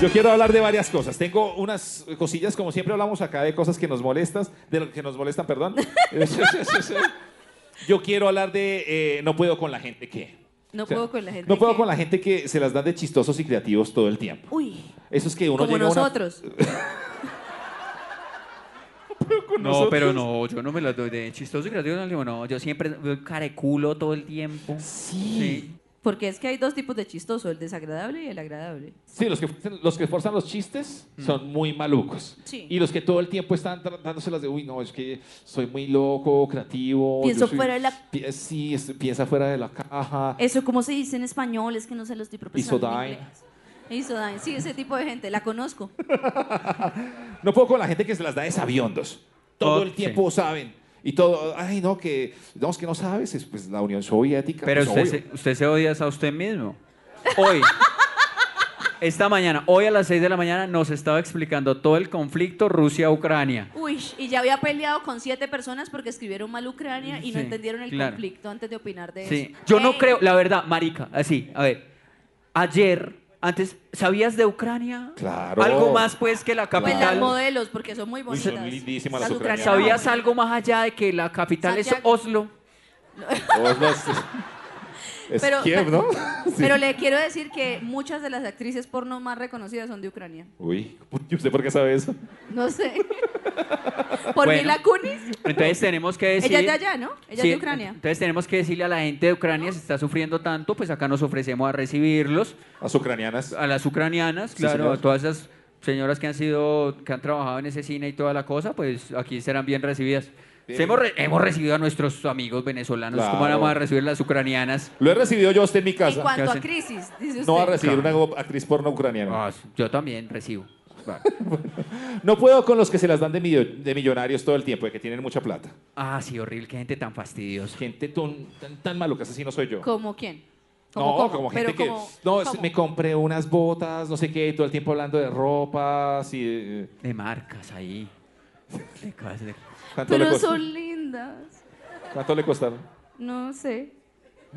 [SPEAKER 3] Yo quiero hablar de varias cosas. Tengo unas cosillas, como siempre hablamos acá, de cosas que nos molestas, de lo que nos molestan, perdón. [LAUGHS] Yo quiero hablar de eh, no puedo con la gente que.
[SPEAKER 5] [LAUGHS] No
[SPEAKER 3] O sea,
[SPEAKER 5] puedo con la gente.
[SPEAKER 3] No puedo
[SPEAKER 5] que-
[SPEAKER 3] con la gente que se las dan de chistosos y creativos todo el tiempo.
[SPEAKER 5] Uy,
[SPEAKER 3] Eso es que uno
[SPEAKER 5] como
[SPEAKER 3] llega a una-
[SPEAKER 5] nosotros.
[SPEAKER 4] No, pero no, yo no me las doy de chistoso y creativo. No, le digo, no, yo siempre veo cara de culo todo el tiempo. Sí.
[SPEAKER 5] Porque es que hay dos tipos de chistoso, el desagradable y el agradable.
[SPEAKER 3] Sí, los que, los que forzan los chistes
[SPEAKER 4] Mm.
[SPEAKER 3] son muy malucos.
[SPEAKER 5] Sí.
[SPEAKER 3] Y los que todo el tiempo están tratándoselas de, uy, no, es que soy muy loco, creativo. yo
[SPEAKER 5] Pienso
[SPEAKER 3] soy-
[SPEAKER 5] fuera de la- Eh.
[SPEAKER 3] pi- Sí, es- piensa fuera de la caja.
[SPEAKER 5] Eso, ¿cómo se dice en español? Es que no se los estoy proporcionando.
[SPEAKER 3] Isodyne.
[SPEAKER 5] Isodyne, sí, ese tipo de gente, la conozco.
[SPEAKER 3] No puedo con la gente que se las da de sabiondos. Todo
[SPEAKER 4] Oh,
[SPEAKER 3] el tiempo saben. Y todo, ay, no, que, no, es que no sabes, es pues la Unión Soviética.
[SPEAKER 4] Pero
[SPEAKER 3] pues,
[SPEAKER 4] usted
[SPEAKER 3] obvio.
[SPEAKER 4] se, usted se odia a usted mismo. Hoy, esta mañana, hoy a las 6 de la mañana, nos estaba explicando todo el conflicto Rusia-Ucrania.
[SPEAKER 5] Uy, y ya había peleado con siete personas porque escribieron mal Ucrania y no
[SPEAKER 4] Sí,
[SPEAKER 5] entendieron el
[SPEAKER 4] claro.
[SPEAKER 5] conflicto antes de opinar de
[SPEAKER 4] Sí.
[SPEAKER 5] eso.
[SPEAKER 4] Yo no
[SPEAKER 5] Ey,
[SPEAKER 4] creo, la verdad, marica, así, a ver. Ayer, antes, ¿sabías de Ucrania?
[SPEAKER 3] Claro.
[SPEAKER 4] Algo más, pues, que la
[SPEAKER 5] Pues las
[SPEAKER 4] capital.
[SPEAKER 5] modelos, porque son muy bonitas.
[SPEAKER 3] lindísimas las ucranianas.
[SPEAKER 4] ¿Sabías algo más allá de que la capital
[SPEAKER 5] Santiago.
[SPEAKER 4] es Oslo?
[SPEAKER 3] Oh, no, es- es
[SPEAKER 5] [LAUGHS] Pero-
[SPEAKER 3] Kiev, ¿no? Sí.
[SPEAKER 5] [LAUGHS] Pero le quiero decir que muchas de las actrices porno más reconocidas son de Ucrania.
[SPEAKER 3] Uy, ¿y usted por qué sabe eso?
[SPEAKER 5] No sé. [LAUGHS] Por
[SPEAKER 4] Bueno.
[SPEAKER 5] Mila Kunis.
[SPEAKER 4] Entonces tenemos que decir...
[SPEAKER 5] Ella es de allá, ¿no? Ella es
[SPEAKER 4] Sí,
[SPEAKER 5] de Ucrania.
[SPEAKER 4] Entonces tenemos que decirle a la gente de Ucrania, si está sufriendo tanto, pues acá nos ofrecemos a recibirlos,
[SPEAKER 3] Las ucranianas.
[SPEAKER 4] a las ucranianas,
[SPEAKER 3] Sí,
[SPEAKER 4] claro,
[SPEAKER 3] señor.
[SPEAKER 4] a todas esas señoras que han sido, que han trabajado en ese cine y toda la cosa, pues aquí serán bien recibidas. Hemos, re- hemos recibido a nuestros amigos venezolanos, ¿cómo
[SPEAKER 3] Claro.
[SPEAKER 4] vamos a recibir las ucranianas?
[SPEAKER 3] Lo he recibido yo a usted en mi
[SPEAKER 5] En
[SPEAKER 3] casa.
[SPEAKER 5] cuanto a
[SPEAKER 4] hacen?
[SPEAKER 5] crisis, dice usted.
[SPEAKER 3] No va a recibir una actriz porno ucraniana.
[SPEAKER 4] Ah, yo también recibo.
[SPEAKER 3] No puedo con los que se las dan de, millo- de millonarios todo el tiempo, de que tienen mucha plata. [LAUGHS]
[SPEAKER 4] Ah, sí, horrible, qué gente tan fastidiosa.
[SPEAKER 3] Gente ton- tan, tan maluca, así no soy yo.
[SPEAKER 5] ¿Como quién?
[SPEAKER 3] no, como gente
[SPEAKER 5] Pero
[SPEAKER 3] que.
[SPEAKER 5] como-
[SPEAKER 3] no, es-
[SPEAKER 5] ¿cómo?
[SPEAKER 3] me compré unas botas, no sé qué, todo el tiempo hablando de ropas y. eh,
[SPEAKER 4] De marcas ahí. De cosas de-
[SPEAKER 3] ¿cuánto, le
[SPEAKER 5] Pero
[SPEAKER 3] costó?
[SPEAKER 5] son lindas.
[SPEAKER 3] ¿Cuánto le costaron?
[SPEAKER 5] No sé,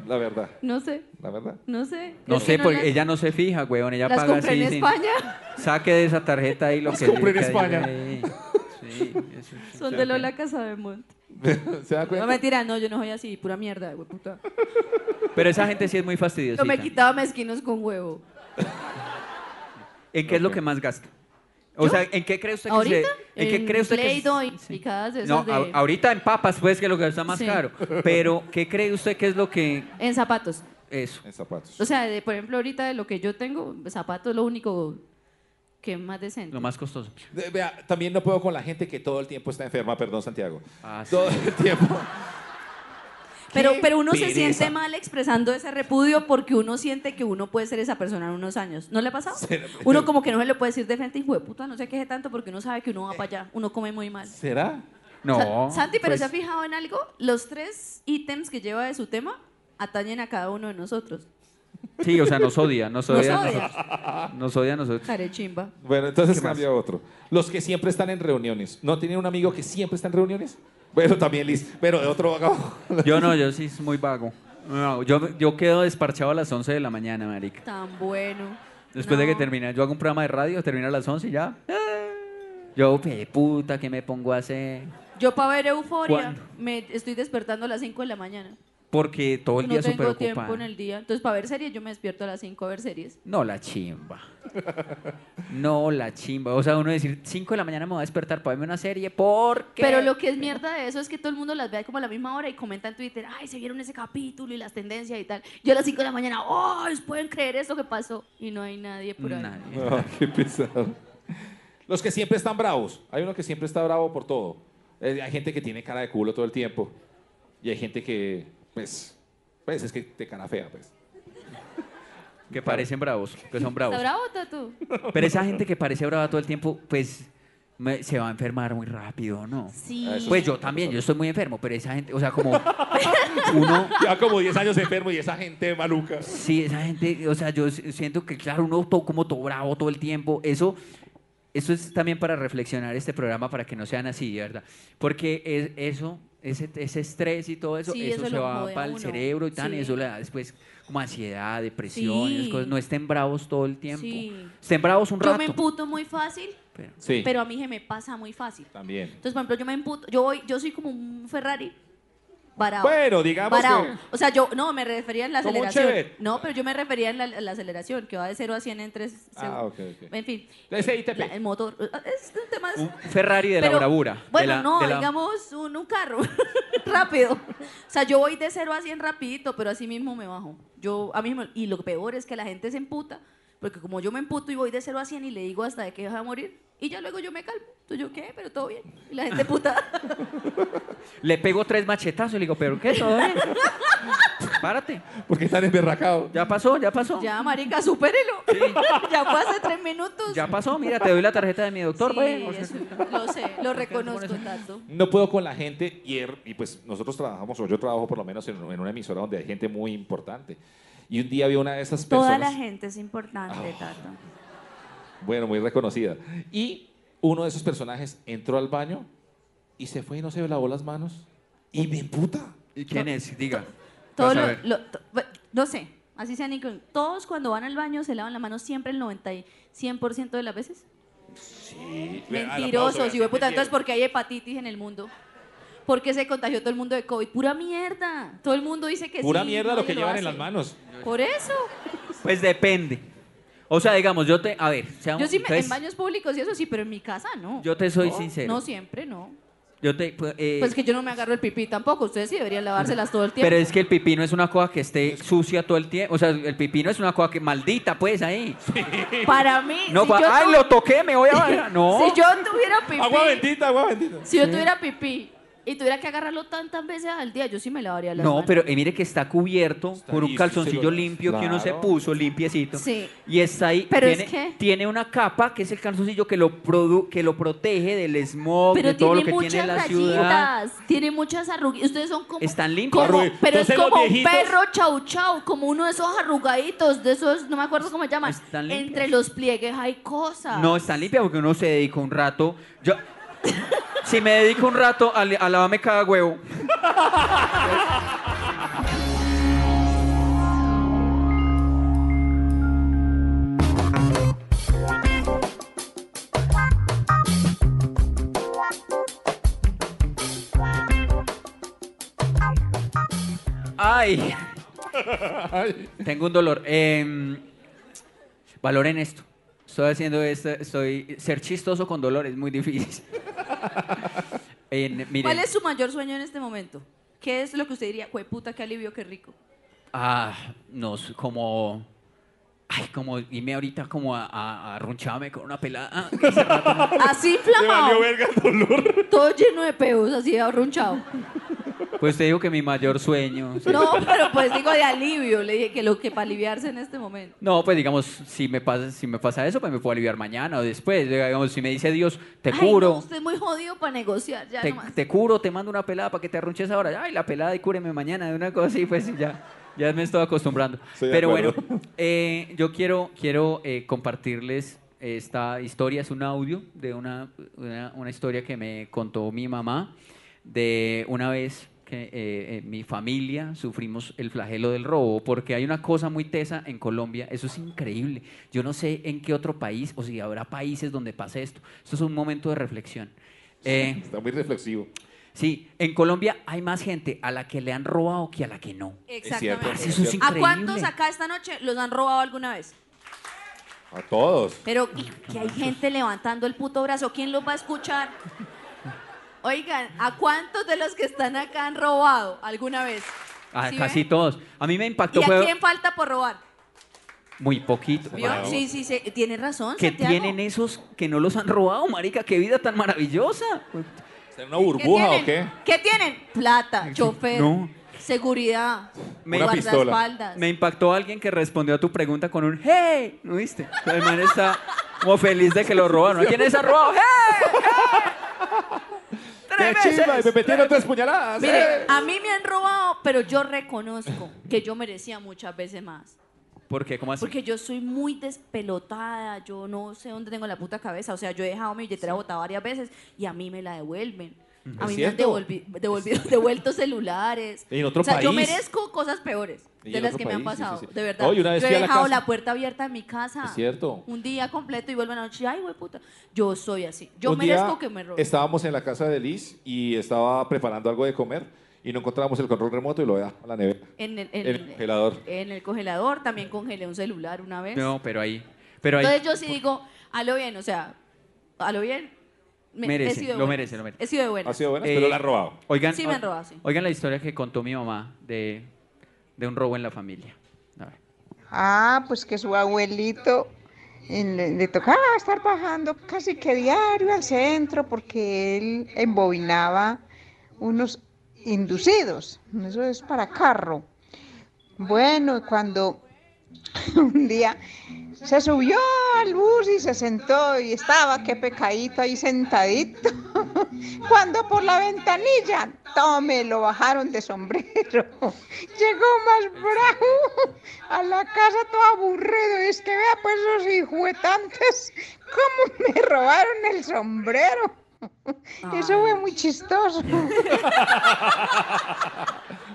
[SPEAKER 3] La verdad,
[SPEAKER 5] no sé,
[SPEAKER 3] la verdad.
[SPEAKER 5] no sé.
[SPEAKER 4] No
[SPEAKER 5] Es que
[SPEAKER 4] sé, porque
[SPEAKER 5] las-
[SPEAKER 4] ella no se fija, weón. Ella
[SPEAKER 5] Las
[SPEAKER 4] paga
[SPEAKER 5] compré
[SPEAKER 4] así.
[SPEAKER 5] en
[SPEAKER 4] sin-
[SPEAKER 5] España. [LAUGHS]
[SPEAKER 4] Saque de esa tarjeta ahí lo que
[SPEAKER 3] compré en
[SPEAKER 4] que diga
[SPEAKER 3] España.
[SPEAKER 4] ahí. Sí, eso es-
[SPEAKER 5] Son de Lola Casademonte.
[SPEAKER 3] ¿Se da Ah, cuenta?
[SPEAKER 5] No, mentira, no, yo no soy así, pura mierda, güey, puta.
[SPEAKER 4] Pero esa gente Pues sí es muy fastidiosa.
[SPEAKER 5] Yo me quitaba mezquinos con huevo.
[SPEAKER 4] ¿En qué es lo que más gasta? O sea, ¿en qué cree usted que
[SPEAKER 5] ¿Ahorita?
[SPEAKER 4] se- ¿En qué cree usted que
[SPEAKER 5] Play-Doh y
[SPEAKER 4] sí.
[SPEAKER 5] picadas de
[SPEAKER 4] No,
[SPEAKER 5] esas de-
[SPEAKER 4] a- ahorita en papas pues que es lo que está más
[SPEAKER 5] Sí.
[SPEAKER 4] caro. Pero ¿qué cree usted que es lo que
[SPEAKER 5] En zapatos.
[SPEAKER 4] eso?
[SPEAKER 3] En zapatos.
[SPEAKER 5] O sea, de- por ejemplo, ahorita de lo que yo tengo, zapatos es lo único que es más decente.
[SPEAKER 4] Lo más costoso.
[SPEAKER 3] De- Vea, también no puedo con la gente que todo el tiempo está enferma, perdón, Santiago.
[SPEAKER 4] Ah, sí.
[SPEAKER 3] Todo el tiempo.
[SPEAKER 5] Pero,
[SPEAKER 3] Qué
[SPEAKER 5] pero uno se
[SPEAKER 3] pereza.
[SPEAKER 5] siente mal expresando ese repudio porque uno siente que uno puede ser esa persona en unos años. ¿No le ha pasado? Uno como que no se le puede decir de frente, hijo de puta, no se queje tanto porque uno sabe que uno va para allá, uno come muy mal.
[SPEAKER 3] ¿Será?
[SPEAKER 4] No.
[SPEAKER 5] Sa- Santi, ¿pero
[SPEAKER 4] pues,
[SPEAKER 5] se ha fijado en algo? Los tres ítems que lleva de su tema atañen a cada uno de nosotros.
[SPEAKER 4] Sí, o sea, nos odia, nos
[SPEAKER 5] Nos
[SPEAKER 4] odia.
[SPEAKER 5] odia.
[SPEAKER 4] Nos odia a nosotros.
[SPEAKER 5] [LAUGHS] Carechimba.
[SPEAKER 3] Bueno, entonces cambia a otro. Los que siempre están en reuniones. ¿No tienen un amigo que siempre está en reuniones? Bueno, también Liz, pero de otro vagabundo.
[SPEAKER 4] Yo no, yo sí es muy vago. No, yo, yo quedo desparchado a las 11 de la mañana, marica.
[SPEAKER 5] Tan bueno.
[SPEAKER 4] Después de
[SPEAKER 5] No.
[SPEAKER 4] que termine, yo hago un programa de radio, termina a las 11 y ya. Ah. Yo, "Pe- puta, ¿qué me pongo a hacer?
[SPEAKER 5] Yo para ver euforia
[SPEAKER 4] ¿Cuándo?
[SPEAKER 5] me estoy despertando a las 5 de la mañana.
[SPEAKER 4] Porque todo el
[SPEAKER 5] No
[SPEAKER 4] día súper
[SPEAKER 5] tengo
[SPEAKER 4] ocupado.
[SPEAKER 5] tiempo en el día. Entonces, para ver series, yo me despierto a las 5 a ver series.
[SPEAKER 4] No, la chimba. No, la chimba. O sea, uno decir, 5 de la mañana me voy a despertar para verme una serie porque...
[SPEAKER 5] Pero lo que es mierda de eso es que todo el mundo las ve como a la misma hora y comenta en Twitter, ay, se vieron ese capítulo y las tendencias y tal. Yo a las 5 de la mañana, oh, ¿pueden creer eso que pasó? Y no hay nadie por ahí.
[SPEAKER 4] Nadie.
[SPEAKER 3] Ah, qué pesado. Los que siempre están bravos. Hay uno que siempre está bravo por todo. Eh, hay gente que tiene cara de culo todo el tiempo. Y hay gente que, pues, pues es que te cara fea, pues.
[SPEAKER 4] Que parecen bravos, que son bravos.
[SPEAKER 5] ¿Está bravo, Tatu?
[SPEAKER 4] Pero esa gente que parece brava todo el tiempo, pues me- se va a enfermar muy rápido, ¿no?
[SPEAKER 5] Sí.
[SPEAKER 3] Ah, eso
[SPEAKER 4] Pues yo también, yo estoy muy enfermo, pero esa gente, o sea, como
[SPEAKER 3] [LAUGHS]
[SPEAKER 4] uno,
[SPEAKER 3] Lleva como 10 años enfermo y esa gente maluca.
[SPEAKER 4] sí, esa gente, o sea, yo s- siento que, claro, uno to- como todo bravo todo el tiempo, eso, eso es también para reflexionar este programa, para que no sean así, de ¿verdad? Porque es, eso ese, ese estrés y todo eso,
[SPEAKER 5] Sí,
[SPEAKER 4] eso,
[SPEAKER 5] eso
[SPEAKER 4] se
[SPEAKER 5] lo
[SPEAKER 4] va
[SPEAKER 5] jode a
[SPEAKER 4] para el
[SPEAKER 5] uno.
[SPEAKER 4] cerebro y tan,
[SPEAKER 5] Sí.
[SPEAKER 4] eso le da después como ansiedad, depresión, y esas
[SPEAKER 5] Sí.
[SPEAKER 4] cosas. no estén bravos todo el tiempo.
[SPEAKER 5] Sí.
[SPEAKER 4] Estén bravos un
[SPEAKER 5] Yo
[SPEAKER 4] rato.
[SPEAKER 5] me emputo muy fácil,
[SPEAKER 4] pero-
[SPEAKER 3] Sí.
[SPEAKER 5] pero a mí se me pasa muy fácil.
[SPEAKER 3] También.
[SPEAKER 5] Entonces, por ejemplo, yo me emputo, yo voy, yo soy como un Ferrari varado.
[SPEAKER 3] Bueno, digamos
[SPEAKER 5] varado.
[SPEAKER 3] que-
[SPEAKER 5] O sea, yo no me refería a la
[SPEAKER 3] Como un
[SPEAKER 5] aceleración.
[SPEAKER 3] Chevette.
[SPEAKER 5] No, pero yo me refería a la, a la aceleración, que va de 0 a 100 en 3 segundos.
[SPEAKER 3] Ah, ok, ok.
[SPEAKER 5] En fin.
[SPEAKER 3] Ese ITP.
[SPEAKER 5] La- el motor eh, es un tema
[SPEAKER 4] Un Ferrari de la
[SPEAKER 5] pero-
[SPEAKER 4] bravura. de
[SPEAKER 5] Bueno,
[SPEAKER 4] la-
[SPEAKER 5] no,
[SPEAKER 4] de la-
[SPEAKER 5] digamos un, un carro [LAUGHS] rápido. O sea, yo voy de 0 a 100 rapidito, pero así mismo me bajo. Yo a mí mismo, y lo peor es que la gente se emputa, porque como yo me emputo y voy de 0 a 100 y le digo hasta de que deja de morir, y ya luego yo me calmo. Entonces yo, ¿qué? Pero todo bien. Y la gente puta. [LAUGHS]
[SPEAKER 4] Le pego tres machetazos y le digo, ¿pero qué? ¿Todo
[SPEAKER 5] [LAUGHS]
[SPEAKER 4] bien? Párate.
[SPEAKER 3] Porque están emberracados.
[SPEAKER 4] Ya pasó, ya pasó.
[SPEAKER 5] ya, marica, supérelo. [LAUGHS] ya fue hace tres minutos.
[SPEAKER 4] Ya pasó, mira, te doy la tarjeta de mi doctor. pues,
[SPEAKER 5] Sí,
[SPEAKER 4] güey, o sea,
[SPEAKER 5] eso- lo
[SPEAKER 4] [LAUGHS]
[SPEAKER 5] sé, lo reconozco, Tato.
[SPEAKER 3] [LAUGHS] no puedo con la gente y, er- y pues nosotros trabajamos, o yo trabajo por lo menos en, en una emisora donde hay gente muy importante. Y un día vi una de esas personas,
[SPEAKER 5] Toda la gente es importante, Tato.
[SPEAKER 3] bueno, muy reconocida, y uno de esos personajes entró al baño y se fue y no se lavó las manos y me emputa.
[SPEAKER 4] ¿Y quién es? Diga.
[SPEAKER 5] Todo
[SPEAKER 4] Vas a
[SPEAKER 5] lo-
[SPEAKER 4] ver.
[SPEAKER 5] lo- to- bu- no sé, así sea Nico. Todos cuando van al baño se lavan la mano siempre el 90 y 100% de las veces. Mentirosos, y puta, entonces porque hay hepatitis en el mundo. Porque se contagió todo el mundo de COVID. Pura mierda. Todo el mundo dice que
[SPEAKER 3] Pura
[SPEAKER 5] sí,
[SPEAKER 3] mierda
[SPEAKER 5] nadie
[SPEAKER 3] lo que llevan en
[SPEAKER 5] hace.
[SPEAKER 3] las manos.
[SPEAKER 5] Por eso.
[SPEAKER 4] Pues depende. O sea, digamos, yo te. A ver, seamos-
[SPEAKER 5] Yo sí me, en
[SPEAKER 4] entonces,
[SPEAKER 5] baños públicos y eso sí, pero en mi casa no.
[SPEAKER 4] Yo te soy sincero.
[SPEAKER 5] No siempre, no.
[SPEAKER 4] Yo te. Pues, eh,
[SPEAKER 5] Pues que yo no me agarro el pipí tampoco. Ustedes sí deberían lavárselas todo el tiempo.
[SPEAKER 4] Pero es que el pipí no es una cosa que esté sucia todo el tiempo. O sea, el pipí no es una cosa que maldita, pues ahí.
[SPEAKER 5] Para mí.
[SPEAKER 4] No,
[SPEAKER 5] si
[SPEAKER 4] pa-
[SPEAKER 5] yo
[SPEAKER 4] ay,
[SPEAKER 5] tu-
[SPEAKER 4] lo toqué, me
[SPEAKER 5] [LAUGHS]
[SPEAKER 4] voy a bañar. No.
[SPEAKER 5] Si yo tuviera pipí.
[SPEAKER 3] Agua bendita, agua bendita.
[SPEAKER 5] Si yo tuviera pipí y tuviera que agarrarlo tantas veces al día, yo sí me lavaría las
[SPEAKER 4] No,
[SPEAKER 5] manos.
[SPEAKER 4] pero eh, mire que está cubierto por un
[SPEAKER 3] listo,
[SPEAKER 4] calzoncillo
[SPEAKER 3] se lo-
[SPEAKER 4] limpio que uno se
[SPEAKER 3] Claro.
[SPEAKER 4] puso, limpiecito.
[SPEAKER 5] Sí.
[SPEAKER 4] Y está ahí.
[SPEAKER 5] Pero
[SPEAKER 4] tiene,
[SPEAKER 5] es que-
[SPEAKER 4] tiene una capa que es el calzoncillo que lo produ- que lo protege del smog, de
[SPEAKER 5] Pero
[SPEAKER 4] todo
[SPEAKER 5] tiene
[SPEAKER 4] lo que
[SPEAKER 5] muchas
[SPEAKER 4] tiene la
[SPEAKER 5] rayitas,
[SPEAKER 4] ciudad.
[SPEAKER 5] tiene muchas arruguitas. Ustedes son como.
[SPEAKER 4] Están limpios.
[SPEAKER 5] como-
[SPEAKER 3] Arrugue-
[SPEAKER 5] pero es
[SPEAKER 3] Entonces los
[SPEAKER 5] como un
[SPEAKER 3] viejitos-
[SPEAKER 5] perro chau chau, como uno de esos arrugaditos, de esos, no me acuerdo cómo se llaman.
[SPEAKER 4] Están limpios.
[SPEAKER 5] Entre los pliegues hay cosas.
[SPEAKER 4] No, están limpias porque uno se dedica un rato. Yo, si me dedico un rato a, li- a lavarme cada huevo. Ay, tengo un dolor. Em, Valoren esto. Estoy haciendo esto, estoy ser chistoso con dolor es muy difícil.
[SPEAKER 5] [LAUGHS]
[SPEAKER 4] En- miren.
[SPEAKER 5] ¿Cuál es su mayor sueño en este momento? ¿Qué es lo que usted diría? Jueputa, qué alivio, qué rico.
[SPEAKER 4] Ah, no, s- como ay, como irme ahorita como a, a, a arruncharme con una pelada. Ah, ese rato no. [LAUGHS]
[SPEAKER 5] Así
[SPEAKER 3] Le valió
[SPEAKER 5] inflamado,
[SPEAKER 3] verga el dolor.
[SPEAKER 5] todo lleno de peos, así
[SPEAKER 4] [LAUGHS]
[SPEAKER 5] arrunchado.
[SPEAKER 4] Pues te digo que mi mayor sueño. sí.
[SPEAKER 5] No, pero pues digo de alivio, le dije que lo que para aliviarse en este momento.
[SPEAKER 4] No, pues digamos, si me pasa, si me pasa eso, pues me puedo aliviar mañana o después. Digamos, si me dice Dios, te
[SPEAKER 5] Ay,
[SPEAKER 4] curo.
[SPEAKER 5] no, usted es muy jodido para negociar, ya
[SPEAKER 4] te,
[SPEAKER 5] nomás.
[SPEAKER 4] te curo, te mando una pelada para que te arrunches ahora. Ay, la pelada y cúreme mañana de una cosa así, pues ya, ya me estoy acostumbrando.
[SPEAKER 3] Estoy de
[SPEAKER 4] Pero bueno,
[SPEAKER 3] acuerdo.
[SPEAKER 4] [LAUGHS] eh, yo quiero, quiero eh, compartirles esta historia. Es un audio de una, una, una historia que me contó mi mamá de una vez que eh, eh, mi familia sufrimos el flagelo del robo, porque hay una cosa muy tesa en Colombia, eso es increíble. Yo no sé en qué otro país, o si habrá países donde pase esto. Esto es un momento de reflexión. Eh,
[SPEAKER 3] Está muy reflexivo.
[SPEAKER 4] Sí, en Colombia hay más gente a la que le han robado que a la que no.
[SPEAKER 5] Exactamente.
[SPEAKER 3] Es cierto, es Eso es
[SPEAKER 4] cierto.
[SPEAKER 5] ¿A cuántos
[SPEAKER 4] Ah, increíble.
[SPEAKER 5] acá esta noche los han robado alguna vez?
[SPEAKER 3] A todos.
[SPEAKER 5] Pero y- que hay gente levantando el puto brazo, ¿quién los va a escuchar? Oigan, ¿a cuántos de los que están acá han robado alguna vez?
[SPEAKER 4] A
[SPEAKER 5] ¿Sí
[SPEAKER 4] Ah, casi
[SPEAKER 5] ven?
[SPEAKER 4] todos. A mí me impactó
[SPEAKER 5] ¿Y a
[SPEAKER 4] fue
[SPEAKER 5] quién falta por robar?
[SPEAKER 4] muy poquito.
[SPEAKER 5] ¿Vio?
[SPEAKER 3] Wow.
[SPEAKER 5] Sí, sí, sí, tienes razón,
[SPEAKER 4] Que
[SPEAKER 5] Santiago.
[SPEAKER 4] tienen esos que no los han robado, marica, qué vida tan maravillosa.
[SPEAKER 3] ¿Está en una burbuja o qué?
[SPEAKER 5] tienen? ¿Qué tienen?
[SPEAKER 3] [LAUGHS]
[SPEAKER 5] Plata, chofer,
[SPEAKER 4] No.
[SPEAKER 5] seguridad,
[SPEAKER 4] Me-
[SPEAKER 3] Una pistola.
[SPEAKER 5] guardaespaldas.
[SPEAKER 4] Me impactó alguien que respondió a tu pregunta con un hey, ¿no viste? El man está como feliz de que lo robaron. ¿A quién les han robado? ¡Hey! ¡Hey!
[SPEAKER 3] ¡Qué
[SPEAKER 4] ¡Tres
[SPEAKER 3] chimba! Y me
[SPEAKER 4] veces!
[SPEAKER 3] metieron tres puñaladas.
[SPEAKER 5] Mire,
[SPEAKER 3] ¡Eh!
[SPEAKER 5] a mí me han robado, pero yo reconozco que yo merecía muchas veces más.
[SPEAKER 4] ¿Por qué? ¿Cómo así?
[SPEAKER 5] Porque yo soy muy despelotada, yo no sé dónde tengo la puta cabeza. O sea, yo he dejado mi billetera botada varias veces y a mí me la devuelven. A mí me han
[SPEAKER 3] Mm. cierto?
[SPEAKER 5] devolvi- devolvido-
[SPEAKER 3] [LAUGHS]
[SPEAKER 5] devuelto celulares.
[SPEAKER 3] En otro
[SPEAKER 5] o sea, yo
[SPEAKER 3] país.
[SPEAKER 5] merezco cosas peores
[SPEAKER 3] Y
[SPEAKER 5] de
[SPEAKER 3] en
[SPEAKER 5] las
[SPEAKER 3] otro
[SPEAKER 5] que me han
[SPEAKER 3] país, sí,
[SPEAKER 5] pasado,
[SPEAKER 3] sí, sí.
[SPEAKER 5] de verdad.
[SPEAKER 3] No, y una vez
[SPEAKER 5] yo
[SPEAKER 3] fui
[SPEAKER 5] he
[SPEAKER 3] a la
[SPEAKER 5] dejado
[SPEAKER 3] casa-
[SPEAKER 5] la puerta abierta de mi casa.
[SPEAKER 3] Es cierto.
[SPEAKER 5] Un día completo y vuelvo en la noche. Ay, güey, puta. Yo soy así. Yo
[SPEAKER 3] Un día
[SPEAKER 5] merezco que me roben.
[SPEAKER 3] Estábamos en la casa de Liz y estaba preparando algo de comer y no encontrábamos el control remoto y lo da a la nevera.
[SPEAKER 5] En el,
[SPEAKER 3] el congelador.
[SPEAKER 5] En el congelador. También congelé un celular una vez.
[SPEAKER 4] No, pero ahí. Pero ahí.
[SPEAKER 5] Entonces yo sí digo, a lo bien, o sea, a lo bien. me- he
[SPEAKER 4] Merece,
[SPEAKER 5] sido de
[SPEAKER 4] lo
[SPEAKER 5] buenas.
[SPEAKER 4] merece, lo merece.
[SPEAKER 5] He sido de buena.
[SPEAKER 3] Ha sido buena,
[SPEAKER 4] Eh,
[SPEAKER 3] pero la han robado.
[SPEAKER 4] Oigan,
[SPEAKER 5] Sí me han
[SPEAKER 4] o-
[SPEAKER 5] robado, sí.
[SPEAKER 4] Oigan la historia que contó mi mamá de, de un robo en la familia. A ver.
[SPEAKER 6] Ah, pues que su abuelito eh, le, le tocaba estar bajando casi que diario al centro porque él embobinaba unos inducidos, eso es para carro. Bueno, y cuando [LAUGHS] un día se subió al bus y se sentó y estaba que pecadito ahí sentadito, [LAUGHS] cuando por la ventanilla, tome, lo bajaron de sombrero, [LAUGHS] llegó más bravo a la casa todo aburrido. Y es que vea, pues esos hijuetantes, [LAUGHS] cómo me robaron el sombrero. Eso fue muy chistoso.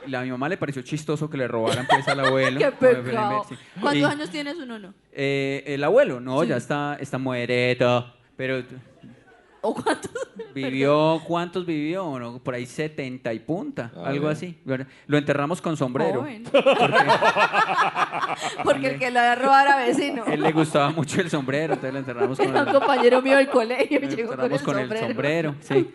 [SPEAKER 4] La, a mi mamá le pareció chistoso que le robaran pues al abuelo.
[SPEAKER 5] [LAUGHS] Qué pecado.
[SPEAKER 4] Sí. Y,
[SPEAKER 5] ¿Cuántos años tienes uno no?
[SPEAKER 4] eh, el abuelo, no, ya está, está muerto. Pero
[SPEAKER 5] ¿O cuántos?
[SPEAKER 4] vivió, ¿cuántos vivió? No, por ahí 70 y punta,
[SPEAKER 3] Ah,
[SPEAKER 4] algo
[SPEAKER 3] bien.
[SPEAKER 4] así. Bueno, Lo enterramos con sombrero. [LAUGHS]
[SPEAKER 5] Joven. Porque el que lo había robado era vecino.
[SPEAKER 4] Él le gustaba mucho el sombrero, entonces lo
[SPEAKER 5] [LAUGHS]
[SPEAKER 4] enterramos con
[SPEAKER 5] Era
[SPEAKER 4] el
[SPEAKER 5] [LAUGHS] un compañero mío del colegio.
[SPEAKER 4] Nos
[SPEAKER 5] Llegó con el,
[SPEAKER 4] enterramos con el sombrero.
[SPEAKER 5] [LAUGHS]
[SPEAKER 4] sí. [LAUGHS]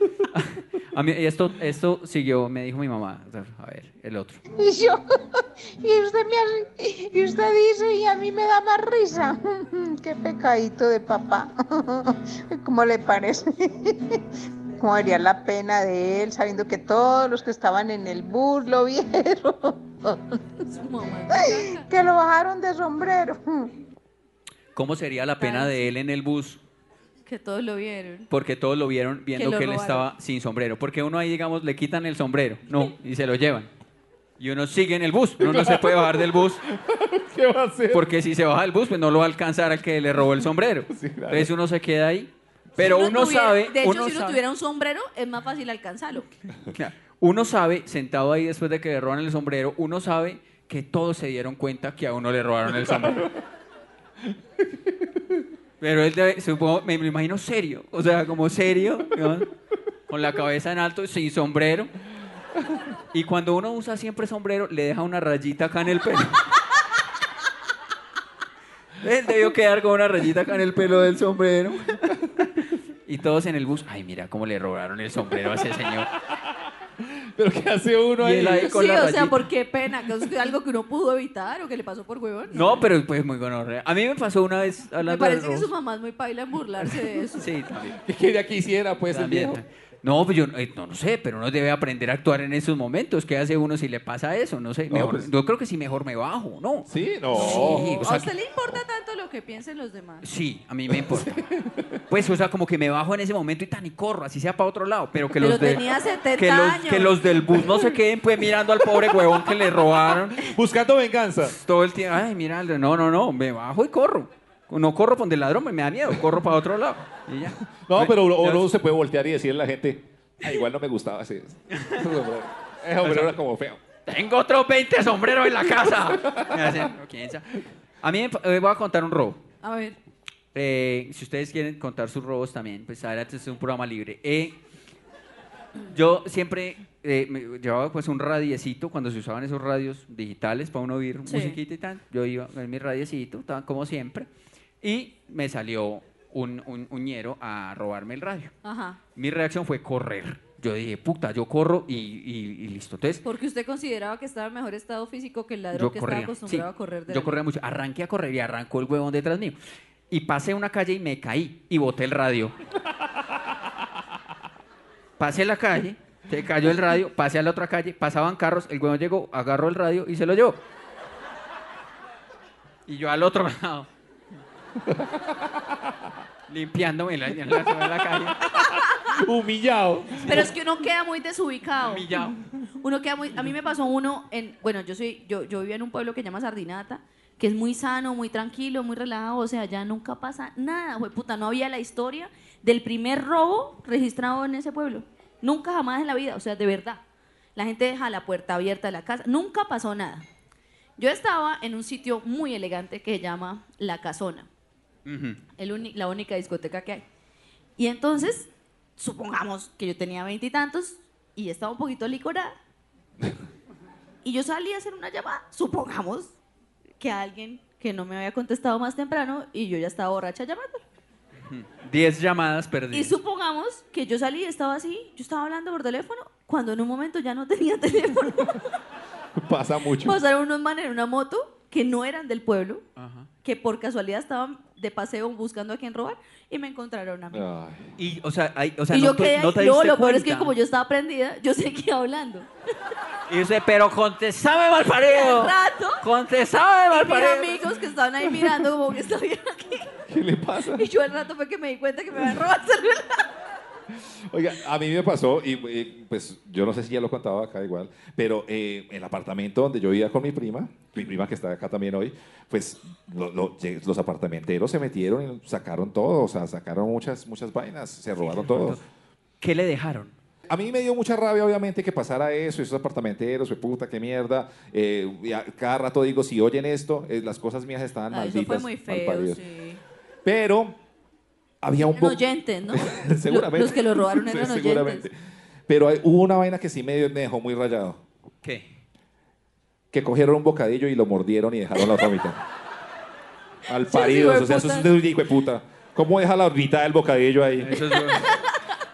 [SPEAKER 4] A mí, y esto, esto siguió, me dijo mi mamá. A ver, el otro.
[SPEAKER 6] Y yo, [LAUGHS] y usted, me hace- y usted dice, y a mí me da más risa. [LAUGHS] Qué pecadito de papá. [LAUGHS] ¿Cómo le parece? [LAUGHS] ¿Cómo haría la pena de él sabiendo que todos los que estaban en el bus lo vieron? [LAUGHS]
[SPEAKER 5] Su mamá.
[SPEAKER 6] Que lo bajaron de sombrero.
[SPEAKER 4] ¿Cómo sería la pena de él en el bus?
[SPEAKER 5] Que todos lo vieron.
[SPEAKER 4] Porque todos lo vieron viendo
[SPEAKER 5] Que
[SPEAKER 4] que,
[SPEAKER 5] lo
[SPEAKER 4] él
[SPEAKER 5] robaron.
[SPEAKER 4] estaba sin sombrero. Porque uno ahí, digamos, le quitan el sombrero, no, y se lo llevan. Y uno sigue en el bus. Uno no se puede bajar del bus.
[SPEAKER 3] [LAUGHS] ¿Qué va a hacer?
[SPEAKER 4] Porque si se baja del bus, pues no lo va a alcanzar al que le robó el
[SPEAKER 3] [LAUGHS]
[SPEAKER 4] sombrero.
[SPEAKER 3] claro.
[SPEAKER 4] Entonces uno se queda ahí. Pero
[SPEAKER 5] Si
[SPEAKER 4] uno,
[SPEAKER 5] tuviera-
[SPEAKER 4] sabe.
[SPEAKER 5] De hecho,
[SPEAKER 4] uno
[SPEAKER 5] si uno
[SPEAKER 4] sabe-
[SPEAKER 5] tuviera un sombrero, es más fácil alcanzarlo.
[SPEAKER 4] Claro. Uno sabe, sentado ahí después de que le roban el sombrero, uno sabe que todos se dieron cuenta que a uno le robaron el sombrero. Pero él, debe- supongo, me lo imagino serio, o sea, como serio, ¿no? con la cabeza en alto, sin sombrero. Y cuando uno usa siempre sombrero, le deja una rayita acá en el pelo. Él debió quedar con una rayita acá en el pelo del sombrero. Y todos en el bus, ay, mira cómo le robaron el sombrero a ese señor.
[SPEAKER 3] ¿Pero qué hace uno
[SPEAKER 4] Y
[SPEAKER 3] ahí?
[SPEAKER 4] él ahí- con
[SPEAKER 5] sí,
[SPEAKER 4] la
[SPEAKER 5] o
[SPEAKER 4] rayita.
[SPEAKER 5] sea, ¿por qué pena? ¿Que es algo que uno pudo evitar o que le pasó por huevón?
[SPEAKER 4] No, pero pues muy gonorrea. A mí me pasó una vez hablando
[SPEAKER 5] Me parece
[SPEAKER 4] de
[SPEAKER 5] que
[SPEAKER 4] robos.
[SPEAKER 5] su mamá es muy paila en burlarse de eso.
[SPEAKER 4] Sí,
[SPEAKER 3] [LAUGHS]
[SPEAKER 4] también.
[SPEAKER 3] ¿Qué quería que hiciera, pues, el
[SPEAKER 4] también.
[SPEAKER 3] viejo?
[SPEAKER 4] No, pues yo eh, no, no sé, pero uno debe aprender a actuar en esos momentos. ¿Qué hace uno si le pasa eso? No sé.
[SPEAKER 3] No,
[SPEAKER 4] mejor-
[SPEAKER 3] pues-
[SPEAKER 4] Yo creo que sí, mejor me bajo, ¿no?
[SPEAKER 3] Sí, Oh. no.
[SPEAKER 4] Sí, o sea,
[SPEAKER 5] ¿A usted le importa tanto lo que piensen los demás?
[SPEAKER 4] Sí, a mí
[SPEAKER 3] [LAUGHS]
[SPEAKER 4] me importa. Pues, o sea, como que me bajo en ese momento y tan y corro, así sea para otro lado. Pero que
[SPEAKER 5] Pero
[SPEAKER 4] los de-
[SPEAKER 5] tenía 70
[SPEAKER 4] que los,
[SPEAKER 5] años.
[SPEAKER 4] que los del bus no se queden pues mirando al pobre huevón que le robaron.
[SPEAKER 5] [LAUGHS]
[SPEAKER 3] Buscando venganza.
[SPEAKER 4] todo el tiempo, ay, mira, Aldo, no, no, no, me bajo y corro. No corro por el ladrón, me me da miedo, corro para otro lado. Y ya.
[SPEAKER 3] No, pero uno,
[SPEAKER 4] Ya
[SPEAKER 3] uno
[SPEAKER 4] ves.
[SPEAKER 3] se puede voltear y decirle a la gente, "Ah, igual no me gustaba [LAUGHS] ese. Ese hombre era como feo.
[SPEAKER 4] Tengo otros 20 sombreros en la casa. Me hacen, "No, quién sabe". A mí me eh, voy a contar un robo.
[SPEAKER 5] A ver.
[SPEAKER 4] Eh, si ustedes quieren contar sus robos también, pues ahora este es un programa libre. Eh, yo siempre eh, me llevaba pues un radiecito cuando se usaban esos radios digitales para uno oír
[SPEAKER 5] Sí.
[SPEAKER 4] musiquita y tal. Yo iba en mi radiecito, estaba como siempre, y me salió un, un, un ñero a robarme el radio.
[SPEAKER 5] Ajá.
[SPEAKER 4] Mi reacción fue correr. Yo dije, puta, yo corro y, y- y listo. Entonces,
[SPEAKER 5] Porque usted consideraba que estaba en mejor estado físico que el ladrón
[SPEAKER 4] yo
[SPEAKER 5] que
[SPEAKER 4] corría.
[SPEAKER 5] estaba acostumbrado
[SPEAKER 4] sí.
[SPEAKER 5] a correr de
[SPEAKER 4] yo
[SPEAKER 5] la-
[SPEAKER 4] corría mucho. Arranqué a correr y arrancó el huevón detrás mío. Y pasé una calle y me caí y boté el radio. Pasé la calle, se cayó el radio, pasé a la otra calle, pasaban carros, el huevón llegó, agarró el radio y se lo llevó. Y yo al otro [LAUGHS] lado. Limpiándome en la, en la- en la calle.
[SPEAKER 3] Humillado.
[SPEAKER 5] Pero es que uno queda muy desubicado.
[SPEAKER 4] Humillado.
[SPEAKER 5] Uno queda muy. A mí me pasó uno en. Bueno, yo soy, yo, yo vivía en un pueblo que se llama Sardinata, que es muy sano, muy tranquilo, muy relajado. O sea, allá nunca pasa nada, güey, puta. No había la historia del primer robo registrado en ese pueblo. Nunca jamás en la vida, o sea, de verdad. La gente deja la puerta abierta de la casa. Nunca pasó nada. Yo estaba en un sitio muy elegante que se llama La Casona. El uni- la única discoteca que hay. Y entonces, supongamos que yo tenía veintitantos y, estaba un
[SPEAKER 3] [LAUGHS]
[SPEAKER 5] poquito licorada. y yo salí a hacer una llamada, supongamos que alguien que no me había contestado más temprano y yo ya estaba borracha llamando.
[SPEAKER 4] Diez llamadas perdidas.
[SPEAKER 5] Y supongamos que yo salí y estaba así, yo estaba hablando por teléfono, cuando en un momento ya no tenía [LAUGHS] teléfono.
[SPEAKER 3] Pasa mucho.
[SPEAKER 5] Pasaron unos manes en una moto que no eran del pueblo,
[SPEAKER 4] Ajá.
[SPEAKER 5] que por casualidad estaban de paseo buscando a quién robar y me encontraron a mí.
[SPEAKER 3] Ay.
[SPEAKER 4] Y, o sea, hay- o sea
[SPEAKER 5] y
[SPEAKER 4] no,
[SPEAKER 5] yo
[SPEAKER 4] te-
[SPEAKER 5] quedé
[SPEAKER 4] no te
[SPEAKER 5] ahí. No,
[SPEAKER 4] diste
[SPEAKER 5] lo peor es que
[SPEAKER 4] cuenta.
[SPEAKER 5] como yo estaba prendida, yo
[SPEAKER 3] [LAUGHS]
[SPEAKER 5] seguía hablando.
[SPEAKER 4] Y dice, pero contestame, malparido.
[SPEAKER 5] Al rato,
[SPEAKER 4] Contestame,
[SPEAKER 5] y mis
[SPEAKER 4] malparido.
[SPEAKER 5] amigos que estaban ahí mirando como que estoy aquí.
[SPEAKER 3] [LAUGHS] ¿Qué le pasa?
[SPEAKER 5] Y yo al rato fue que me di cuenta que me habían robado el celular.
[SPEAKER 3] Oiga, a mí me pasó, y, eh, pues yo no sé si ya lo contaba acá igual, pero eh, el apartamento donde yo vivía con mi prima, mi prima que está acá también hoy, pues lo- lo- lleg- los apartamenteros se metieron y sacaron todo, o sea, sacaron muchas, muchas vainas, se robaron todo.
[SPEAKER 4] ¿Qué le dejaron?
[SPEAKER 3] A mí me dio mucha rabia, obviamente, que pasara eso, esos apartamenteros, fue puta, qué mierda. Eh, y a- cada rato digo, si oyen esto, eh, las cosas mías estaban
[SPEAKER 5] Ay,
[SPEAKER 3] malditas.
[SPEAKER 5] Ah, eso fue muy feo,
[SPEAKER 3] malparidas.
[SPEAKER 5] sí.
[SPEAKER 3] Pero había un
[SPEAKER 5] Eran
[SPEAKER 3] poco... [LAUGHS]
[SPEAKER 5] oyentes, ¿no?
[SPEAKER 3] seguramente.
[SPEAKER 5] Los que lo
[SPEAKER 3] [LAUGHS]
[SPEAKER 5] robaron eran
[SPEAKER 3] Sí,
[SPEAKER 5] oyentes.
[SPEAKER 3] Seguramente. Pero hay- hubo una vaina que sí me, dio- me dejó muy rayado.
[SPEAKER 4] ¿Qué?
[SPEAKER 3] Que cogieron un bocadillo y lo mordieron y dejaron la otra
[SPEAKER 5] [LAUGHS]
[SPEAKER 3] mitad. Al parido.
[SPEAKER 5] hijo de
[SPEAKER 3] o sea, eso es
[SPEAKER 5] puta.
[SPEAKER 3] un hijo de puta. ¿Cómo deja la mitad del bocadillo ahí?
[SPEAKER 4] Eso es,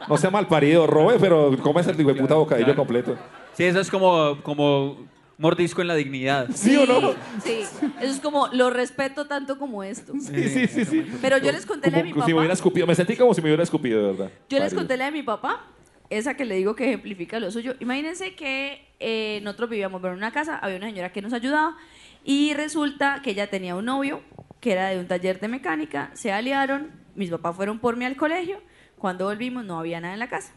[SPEAKER 3] No sea mal parido, robe, pero comes el hijo de puta bocadillo
[SPEAKER 4] claro.
[SPEAKER 3] completo.
[SPEAKER 4] sí, eso es como, como mordisco en la dignidad.
[SPEAKER 3] ¿Sí o no?
[SPEAKER 5] Sí, eso es como, lo respeto tanto como esto.
[SPEAKER 3] Sí, sí, sí. sí.
[SPEAKER 5] Pero yo les conté la de mi
[SPEAKER 3] Como
[SPEAKER 5] papá.
[SPEAKER 3] si me hubiera escupido. Me sentí como si me hubiera escupido, de verdad.
[SPEAKER 5] Yo les
[SPEAKER 3] Parido.
[SPEAKER 5] conté la de mi papá, esa que le digo que ejemplifica lo suyo. Imagínense que eh, nosotros vivíamos en una casa, había una señora que nos ayudaba y resulta que ella tenía un novio que era de un taller de mecánica, se aliaron, mis papás fueron por mí al colegio, cuando volvimos no había nada en la casa.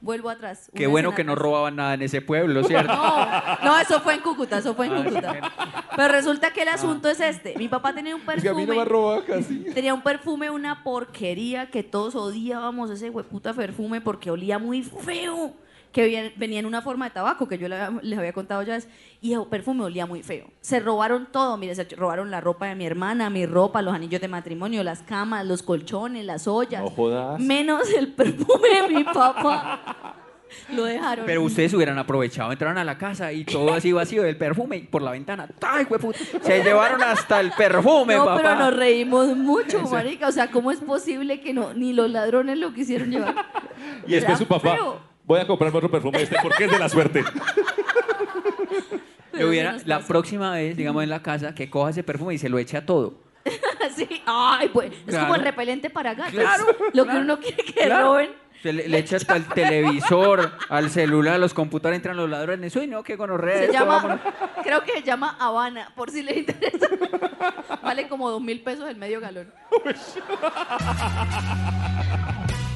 [SPEAKER 5] Vuelvo atrás.
[SPEAKER 4] Qué
[SPEAKER 5] una
[SPEAKER 4] bueno
[SPEAKER 5] cena
[SPEAKER 4] que no
[SPEAKER 5] atrás.
[SPEAKER 4] robaban nada en ese pueblo,
[SPEAKER 5] [LAUGHS]
[SPEAKER 4] ¿cierto?
[SPEAKER 5] No, no, eso fue en Cúcuta, eso fue en
[SPEAKER 4] Ah,
[SPEAKER 5] Cúcuta. Pero resulta que el asunto es este. Mi papá tenía un
[SPEAKER 3] Es que a
[SPEAKER 5] perfume.
[SPEAKER 3] mí no me roba casi.
[SPEAKER 5] Tenía un perfume, una porquería que todos odiábamos ese hueputa perfume porque olía muy feo. Que vi- venía en una forma de tabaco que yo le había- les había contado ya. Y el perfume olía muy feo. Se robaron todo. Mire, se robaron la ropa de mi hermana, mi ropa, los anillos de matrimonio, las camas, los colchones, las ollas.
[SPEAKER 3] No jodas.
[SPEAKER 5] Menos el perfume de mi papá. Lo dejaron.
[SPEAKER 4] Pero ustedes hubieran aprovechado, entraron a la casa y todo así vacío del perfume y por la ventana. ¡Ay, hueputa! Se llevaron hasta el perfume,
[SPEAKER 5] No,
[SPEAKER 4] papá.
[SPEAKER 5] pero nos reímos mucho, marica. O sea, ¿cómo es posible que no ni los ladrones lo quisieron llevar?
[SPEAKER 3] Y después
[SPEAKER 5] Era
[SPEAKER 3] su papá.
[SPEAKER 5] feo.
[SPEAKER 3] Voy a comprarme otro perfume este porque es de la
[SPEAKER 5] [LAUGHS]
[SPEAKER 3] suerte.
[SPEAKER 5] Pero
[SPEAKER 4] hubiera,
[SPEAKER 5] se nos
[SPEAKER 4] la
[SPEAKER 5] pasó.
[SPEAKER 4] próxima vez, digamos, en la casa, que coja ese perfume y se lo eche a todo.
[SPEAKER 5] [LAUGHS] Sí. Ay, pues, es
[SPEAKER 4] Claro.
[SPEAKER 5] como el repelente para gatos.
[SPEAKER 4] Claro,
[SPEAKER 5] Lo que uno quiere que
[SPEAKER 4] Claro.
[SPEAKER 5] roben.
[SPEAKER 4] Se le, le echa hasta el televisor, al celular, a los computadores, entran los ladrones. Uy, no, qué gonorrea.
[SPEAKER 5] Se
[SPEAKER 4] esto,
[SPEAKER 5] llama,
[SPEAKER 4] vámonos.
[SPEAKER 5] creo que se llama Habana, por si les interesa. [LAUGHS] Vale como dos mil pesos el medio galón.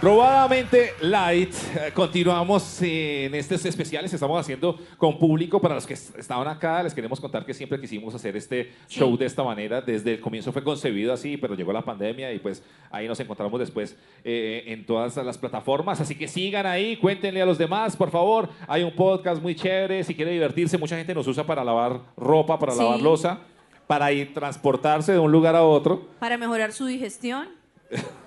[SPEAKER 3] Probadamente Light, eh, continuamos eh, en estos especiales que estamos haciendo con público. Para los que est- estaban acá, les queremos contar que siempre quisimos hacer este
[SPEAKER 5] Sí.
[SPEAKER 3] show de esta manera. Desde el comienzo fue concebido así, pero llegó la pandemia y pues ahí nos encontramos después eh, en todas las plataformas. Así que sigan ahí, cuéntenle a los demás, por favor. Hay un podcast muy chévere, si quiere divertirse, mucha gente nos usa para lavar ropa, para
[SPEAKER 5] Sí.
[SPEAKER 3] lavar losa, para ir transportarse de un lugar a otro,
[SPEAKER 5] Para mejorar su digestión.
[SPEAKER 4] [LAUGHS]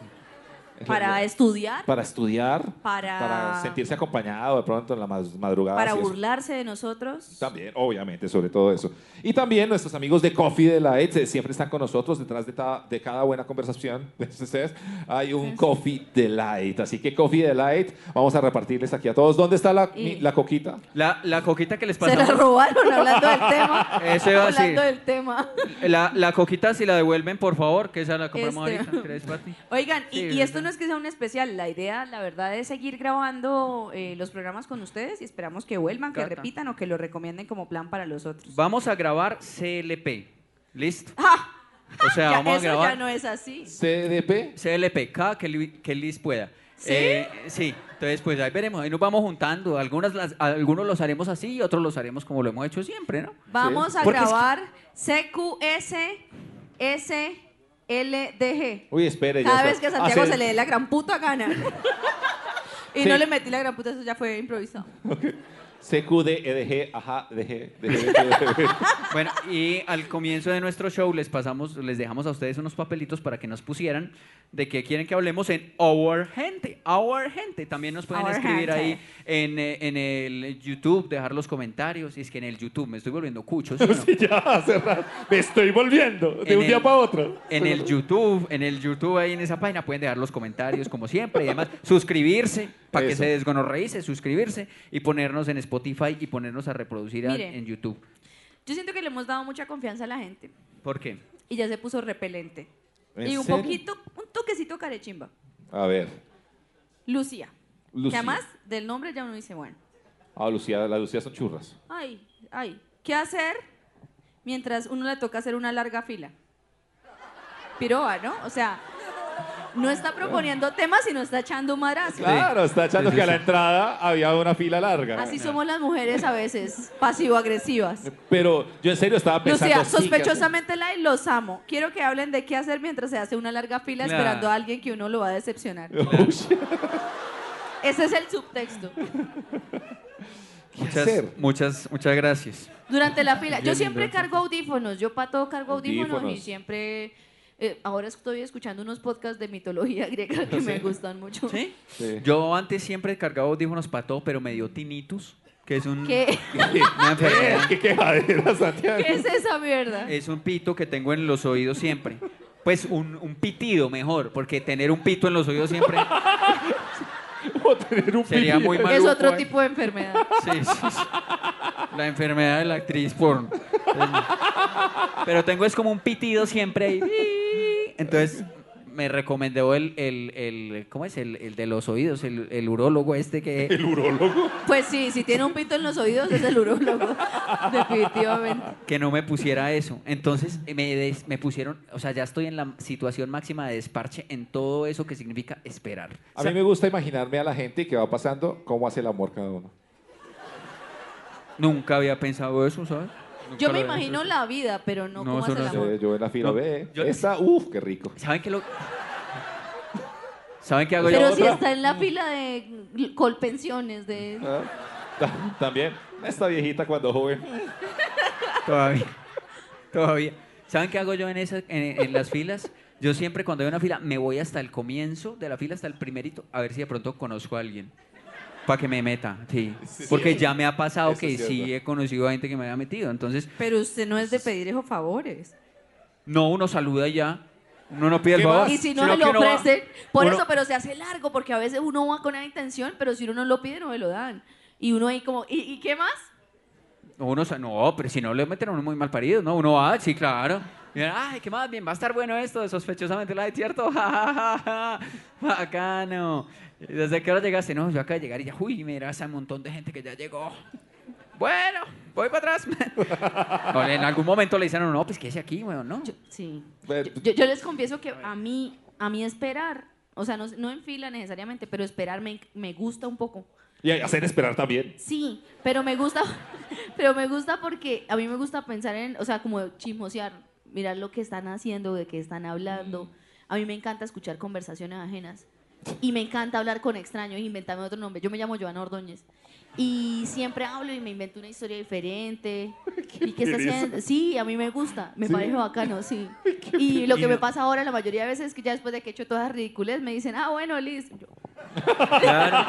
[SPEAKER 5] Para estudiar.
[SPEAKER 4] Ah,
[SPEAKER 3] para estudiar,
[SPEAKER 5] Para-
[SPEAKER 3] sentirse acompañado de pronto en la mas- madrugada.
[SPEAKER 5] Para
[SPEAKER 3] si es-
[SPEAKER 5] burlarse de nosotros.
[SPEAKER 3] También, obviamente, sobre todo eso. Y también nuestros amigos de Coffee de la Edge siempre están con nosotros detrás de, ta- de cada buena conversación. [LAUGHS] de ustedes, hay un Coffee Delight. Así que Coffee Delight, vamos a repartirles aquí a todos. ¿Dónde está la,
[SPEAKER 5] Y-
[SPEAKER 3] mi- la coquita?
[SPEAKER 4] La, la coquita que les
[SPEAKER 5] Se la
[SPEAKER 4] pasamos.
[SPEAKER 5] robaron hablando del tema.
[SPEAKER 4] Eso iba a decir.
[SPEAKER 5] hablando del tema.
[SPEAKER 4] La, la coquita, si la devuelven, por favor, que esa la compramos
[SPEAKER 5] Este.
[SPEAKER 4] ahorita. ¿Crees, Pati?
[SPEAKER 5] Oigan, y-
[SPEAKER 4] Sí,
[SPEAKER 5] y, esto
[SPEAKER 4] ¿verdad?
[SPEAKER 5] no es que sea un especial, la idea, la verdad, es seguir grabando eh, los programas con ustedes y esperamos que vuelvan, que
[SPEAKER 4] Cata.
[SPEAKER 5] repitan o que lo recomienden como plan para los otros.
[SPEAKER 4] Vamos a grabar CLP. Listo.
[SPEAKER 5] Ah,
[SPEAKER 4] O sea,
[SPEAKER 5] [LAUGHS] ya,
[SPEAKER 4] vamos a
[SPEAKER 5] eso
[SPEAKER 4] grabar.
[SPEAKER 5] ya no es así.
[SPEAKER 3] CDP.
[SPEAKER 4] CLP, cada que, Luis- que Liz pueda.
[SPEAKER 5] ¿Sí?
[SPEAKER 4] Eh, sí, entonces pues ahí veremos, ahí nos vamos juntando. Algunas las- algunos los haremos así y otros los haremos como lo hemos hecho siempre, ¿no?
[SPEAKER 5] Vamos a
[SPEAKER 4] Porque es que-
[SPEAKER 5] grabar CQSSLDG.
[SPEAKER 3] Uy, espere. ya está.
[SPEAKER 5] Cada
[SPEAKER 3] Ah,
[SPEAKER 5] vez que
[SPEAKER 4] Ah,
[SPEAKER 5] Santiago
[SPEAKER 3] Hacer-
[SPEAKER 5] se le dé la gran puta
[SPEAKER 4] [LAUGHS]
[SPEAKER 5] gana. y
[SPEAKER 3] Sí.
[SPEAKER 5] no le metí la gran puta, eso ya fue improvisado.
[SPEAKER 3] CQDEDG, E ajá, DG,
[SPEAKER 5] [LAUGHS]
[SPEAKER 3] DG.
[SPEAKER 4] Bueno, y al comienzo de nuestro show les pasamos, les dejamos a ustedes unos papelitos para que nos pusieran de qué quieren que hablemos en Our Gente. Our Gente. También nos pueden
[SPEAKER 5] Our
[SPEAKER 4] escribir
[SPEAKER 5] Gente.
[SPEAKER 4] ahí en, eh, en el YouTube, dejar los comentarios. Y es que en el YouTube me estoy volviendo cucho. ¿sí o
[SPEAKER 3] [LAUGHS]
[SPEAKER 4] no?
[SPEAKER 3] Sí, ya, hace rato. Me estoy volviendo de
[SPEAKER 4] En
[SPEAKER 3] un día
[SPEAKER 4] el-
[SPEAKER 3] para otro.
[SPEAKER 4] En el YouTube, en el YouTube ahí en esa página pueden dejar los comentarios como siempre y además suscribirse para que
[SPEAKER 3] Eso.
[SPEAKER 4] se desgonorreice, suscribirse y ponernos en Spotify y ponernos a reproducir a-
[SPEAKER 5] Mire.
[SPEAKER 4] en YouTube.
[SPEAKER 5] Yo siento que le hemos dado mucha confianza a la gente
[SPEAKER 4] ¿Por qué?
[SPEAKER 5] y ya se puso repelente.
[SPEAKER 3] ¿En
[SPEAKER 5] Y un
[SPEAKER 3] serio?
[SPEAKER 5] poquito, un toquecito carechimba.
[SPEAKER 3] A ver.
[SPEAKER 5] Lucía. Que
[SPEAKER 3] Lucía.
[SPEAKER 5] además del nombre ya uno dice, bueno,
[SPEAKER 3] Ah, Lucía, las Lucías son churras. [LAUGHS]
[SPEAKER 5] ay, ay, ¿qué hacer mientras uno le toca hacer una larga fila? Piroa, ¿no? O sea, no está proponiendo temas, sino está echando un madrazo.
[SPEAKER 3] Claro, está echando
[SPEAKER 4] Sí, sí,
[SPEAKER 3] que a
[SPEAKER 4] sí.
[SPEAKER 3] la entrada había una fila larga.
[SPEAKER 5] Así somos las mujeres a veces, pasivo-agresivas.
[SPEAKER 3] Pero yo en serio estaba pensando.
[SPEAKER 5] Lucía,
[SPEAKER 3] sí, que-
[SPEAKER 5] sospechosamente la de los amo. Quiero que hablen de qué hacer mientras se hace una larga fila
[SPEAKER 4] Claro.
[SPEAKER 5] esperando a alguien que uno lo va a decepcionar.
[SPEAKER 3] Uy,
[SPEAKER 5] Ese es el subtexto.
[SPEAKER 4] Muchas,
[SPEAKER 3] hacer?
[SPEAKER 4] muchas, muchas gracias. [LAUGHS]
[SPEAKER 5] Durante la fila. Yo
[SPEAKER 4] Bien,
[SPEAKER 5] siempre
[SPEAKER 4] gracias.
[SPEAKER 5] cargo audífonos. Yo para todo cargo audífonos,
[SPEAKER 3] Audífonos.
[SPEAKER 5] y siempre. eh, ahora estoy escuchando unos podcasts de mitología [LAUGHS] griega que me gustan mucho.
[SPEAKER 4] ¿Sí?
[SPEAKER 3] Sí.
[SPEAKER 4] Yo antes siempre cargaba audífonos para todo, pero me dio tinnitus, que es un,
[SPEAKER 5] ¿Qué,
[SPEAKER 4] [LAUGHS] una enfermedad.
[SPEAKER 3] Qué quejadera, Santiago.
[SPEAKER 5] [LAUGHS] qué es esa mierda?
[SPEAKER 4] Es un pito que tengo en los oídos siempre. Pues un, un pitido mejor, porque tener un pito en los oídos siempre
[SPEAKER 3] [LAUGHS] O tener un
[SPEAKER 4] sería muy ¿eh? malo.
[SPEAKER 5] es otro tipo de enfermedad.
[SPEAKER 4] Sí, sí, sí. La enfermedad de la actriz porno. Entonces, Pero tengo es como un pitido siempre ahí. Entonces me recomendó el, el, el- ¿cómo es? El, el de los oídos, el, el urólogo este que...
[SPEAKER 5] Pues sí, si tiene un pito en los oídos es
[SPEAKER 4] [LAUGHS]
[SPEAKER 5] el urólogo. Definitivamente.
[SPEAKER 4] que no me pusiera eso. Entonces eh, me, des- me pusieron, o sea, ya estoy en la situación máxima de desparche en todo eso que significa esperar.
[SPEAKER 3] A mí me gusta imaginarme a la gente que va pasando cómo hace el amor cada uno.
[SPEAKER 4] Nunca había pensado eso, ¿sabes? Nunca
[SPEAKER 5] Yo
[SPEAKER 4] lo
[SPEAKER 5] me
[SPEAKER 4] había
[SPEAKER 5] imagino
[SPEAKER 4] pensado.
[SPEAKER 5] la vida, pero no,
[SPEAKER 4] No,
[SPEAKER 5] cómo
[SPEAKER 4] eso
[SPEAKER 5] hace
[SPEAKER 4] no
[SPEAKER 5] el
[SPEAKER 4] se
[SPEAKER 5] amor.
[SPEAKER 3] Yo, yo en la fila
[SPEAKER 4] No,
[SPEAKER 3] B.
[SPEAKER 4] yo-
[SPEAKER 3] Esta, uff, qué rico.
[SPEAKER 4] ¿Saben qué lo... ¿Saben qué hago yo?
[SPEAKER 5] Pero si
[SPEAKER 3] otra.
[SPEAKER 5] está en la fila de colpensiones, de
[SPEAKER 3] Ah, ta- También, esta viejita cuando joven.
[SPEAKER 4] Todavía. Todavía. ¿Saben qué hago yo en, esa- en, en las filas? Yo siempre cuando hay una fila me voy hasta el comienzo de la fila, hasta el primerito, a ver si de pronto conozco a alguien. Para que me meta, sí. Porque ya me ha pasado
[SPEAKER 3] Eso
[SPEAKER 4] que
[SPEAKER 3] es
[SPEAKER 4] sí
[SPEAKER 3] cierto.
[SPEAKER 4] he conocido a gente que me había metido. Entonces,
[SPEAKER 5] Pero usted no es de pedir esos favores.
[SPEAKER 4] no uno saluda y ya. Uno no pide el
[SPEAKER 3] ¿Qué más?
[SPEAKER 4] favor.
[SPEAKER 5] Y Ah, si no
[SPEAKER 4] sino
[SPEAKER 5] me lo
[SPEAKER 4] que uno va-
[SPEAKER 5] ofrecen, por
[SPEAKER 4] uno-
[SPEAKER 5] eso, pero se hace largo, porque a veces uno va con esa intención, pero si uno no lo pide, no me lo dan. Y uno ahí como, ¿y, y qué más?
[SPEAKER 4] Uno, sa- no, pero si no le meten a uno muy mal parido, ¿no? Uno va, sí, claro. Y, Ay, qué más bien, va a estar bueno esto, de sospechosamente la de cierto. [LAUGHS] Ja, ja, ja, ja. Bacano. ¿Y ¿Desde qué hora llegaste? No, yo acabo de llegar y ya, uy, mira ese montón de gente que ya llegó. Bueno, voy para atrás. [LAUGHS] O en algún momento le dicen, no, no, pues quédese aquí, weón, ¿no?
[SPEAKER 5] Yo- sí. Yo,
[SPEAKER 3] Ve-
[SPEAKER 5] yo- yo les confieso que a mí, a mí esperar, o sea, no, no en fila necesariamente, pero esperar me, me gusta un poco.
[SPEAKER 3] Y hacer esperar también.
[SPEAKER 5] Sí, pero me gusta, [LAUGHS] pero me gusta porque a mí me gusta pensar en, o sea, como chismosear, mirar lo que están haciendo, de qué están hablando. A mí me encanta escuchar conversaciones ajenas y me encanta hablar con extraños, inventarme otro nombre. Yo me llamo Joana Ordóñez y siempre hablo y me invento una historia [LAUGHS] diferente. ¿Y qué está haciendo? Sí, a mí me gusta, me parece [LAUGHS] bacano, sí. Y lo que me pasa ahora la mayoría de veces es que ya después de que he hecho todas las ridiculez me dicen, ah, bueno, Liz. Yo,
[SPEAKER 4] Claro.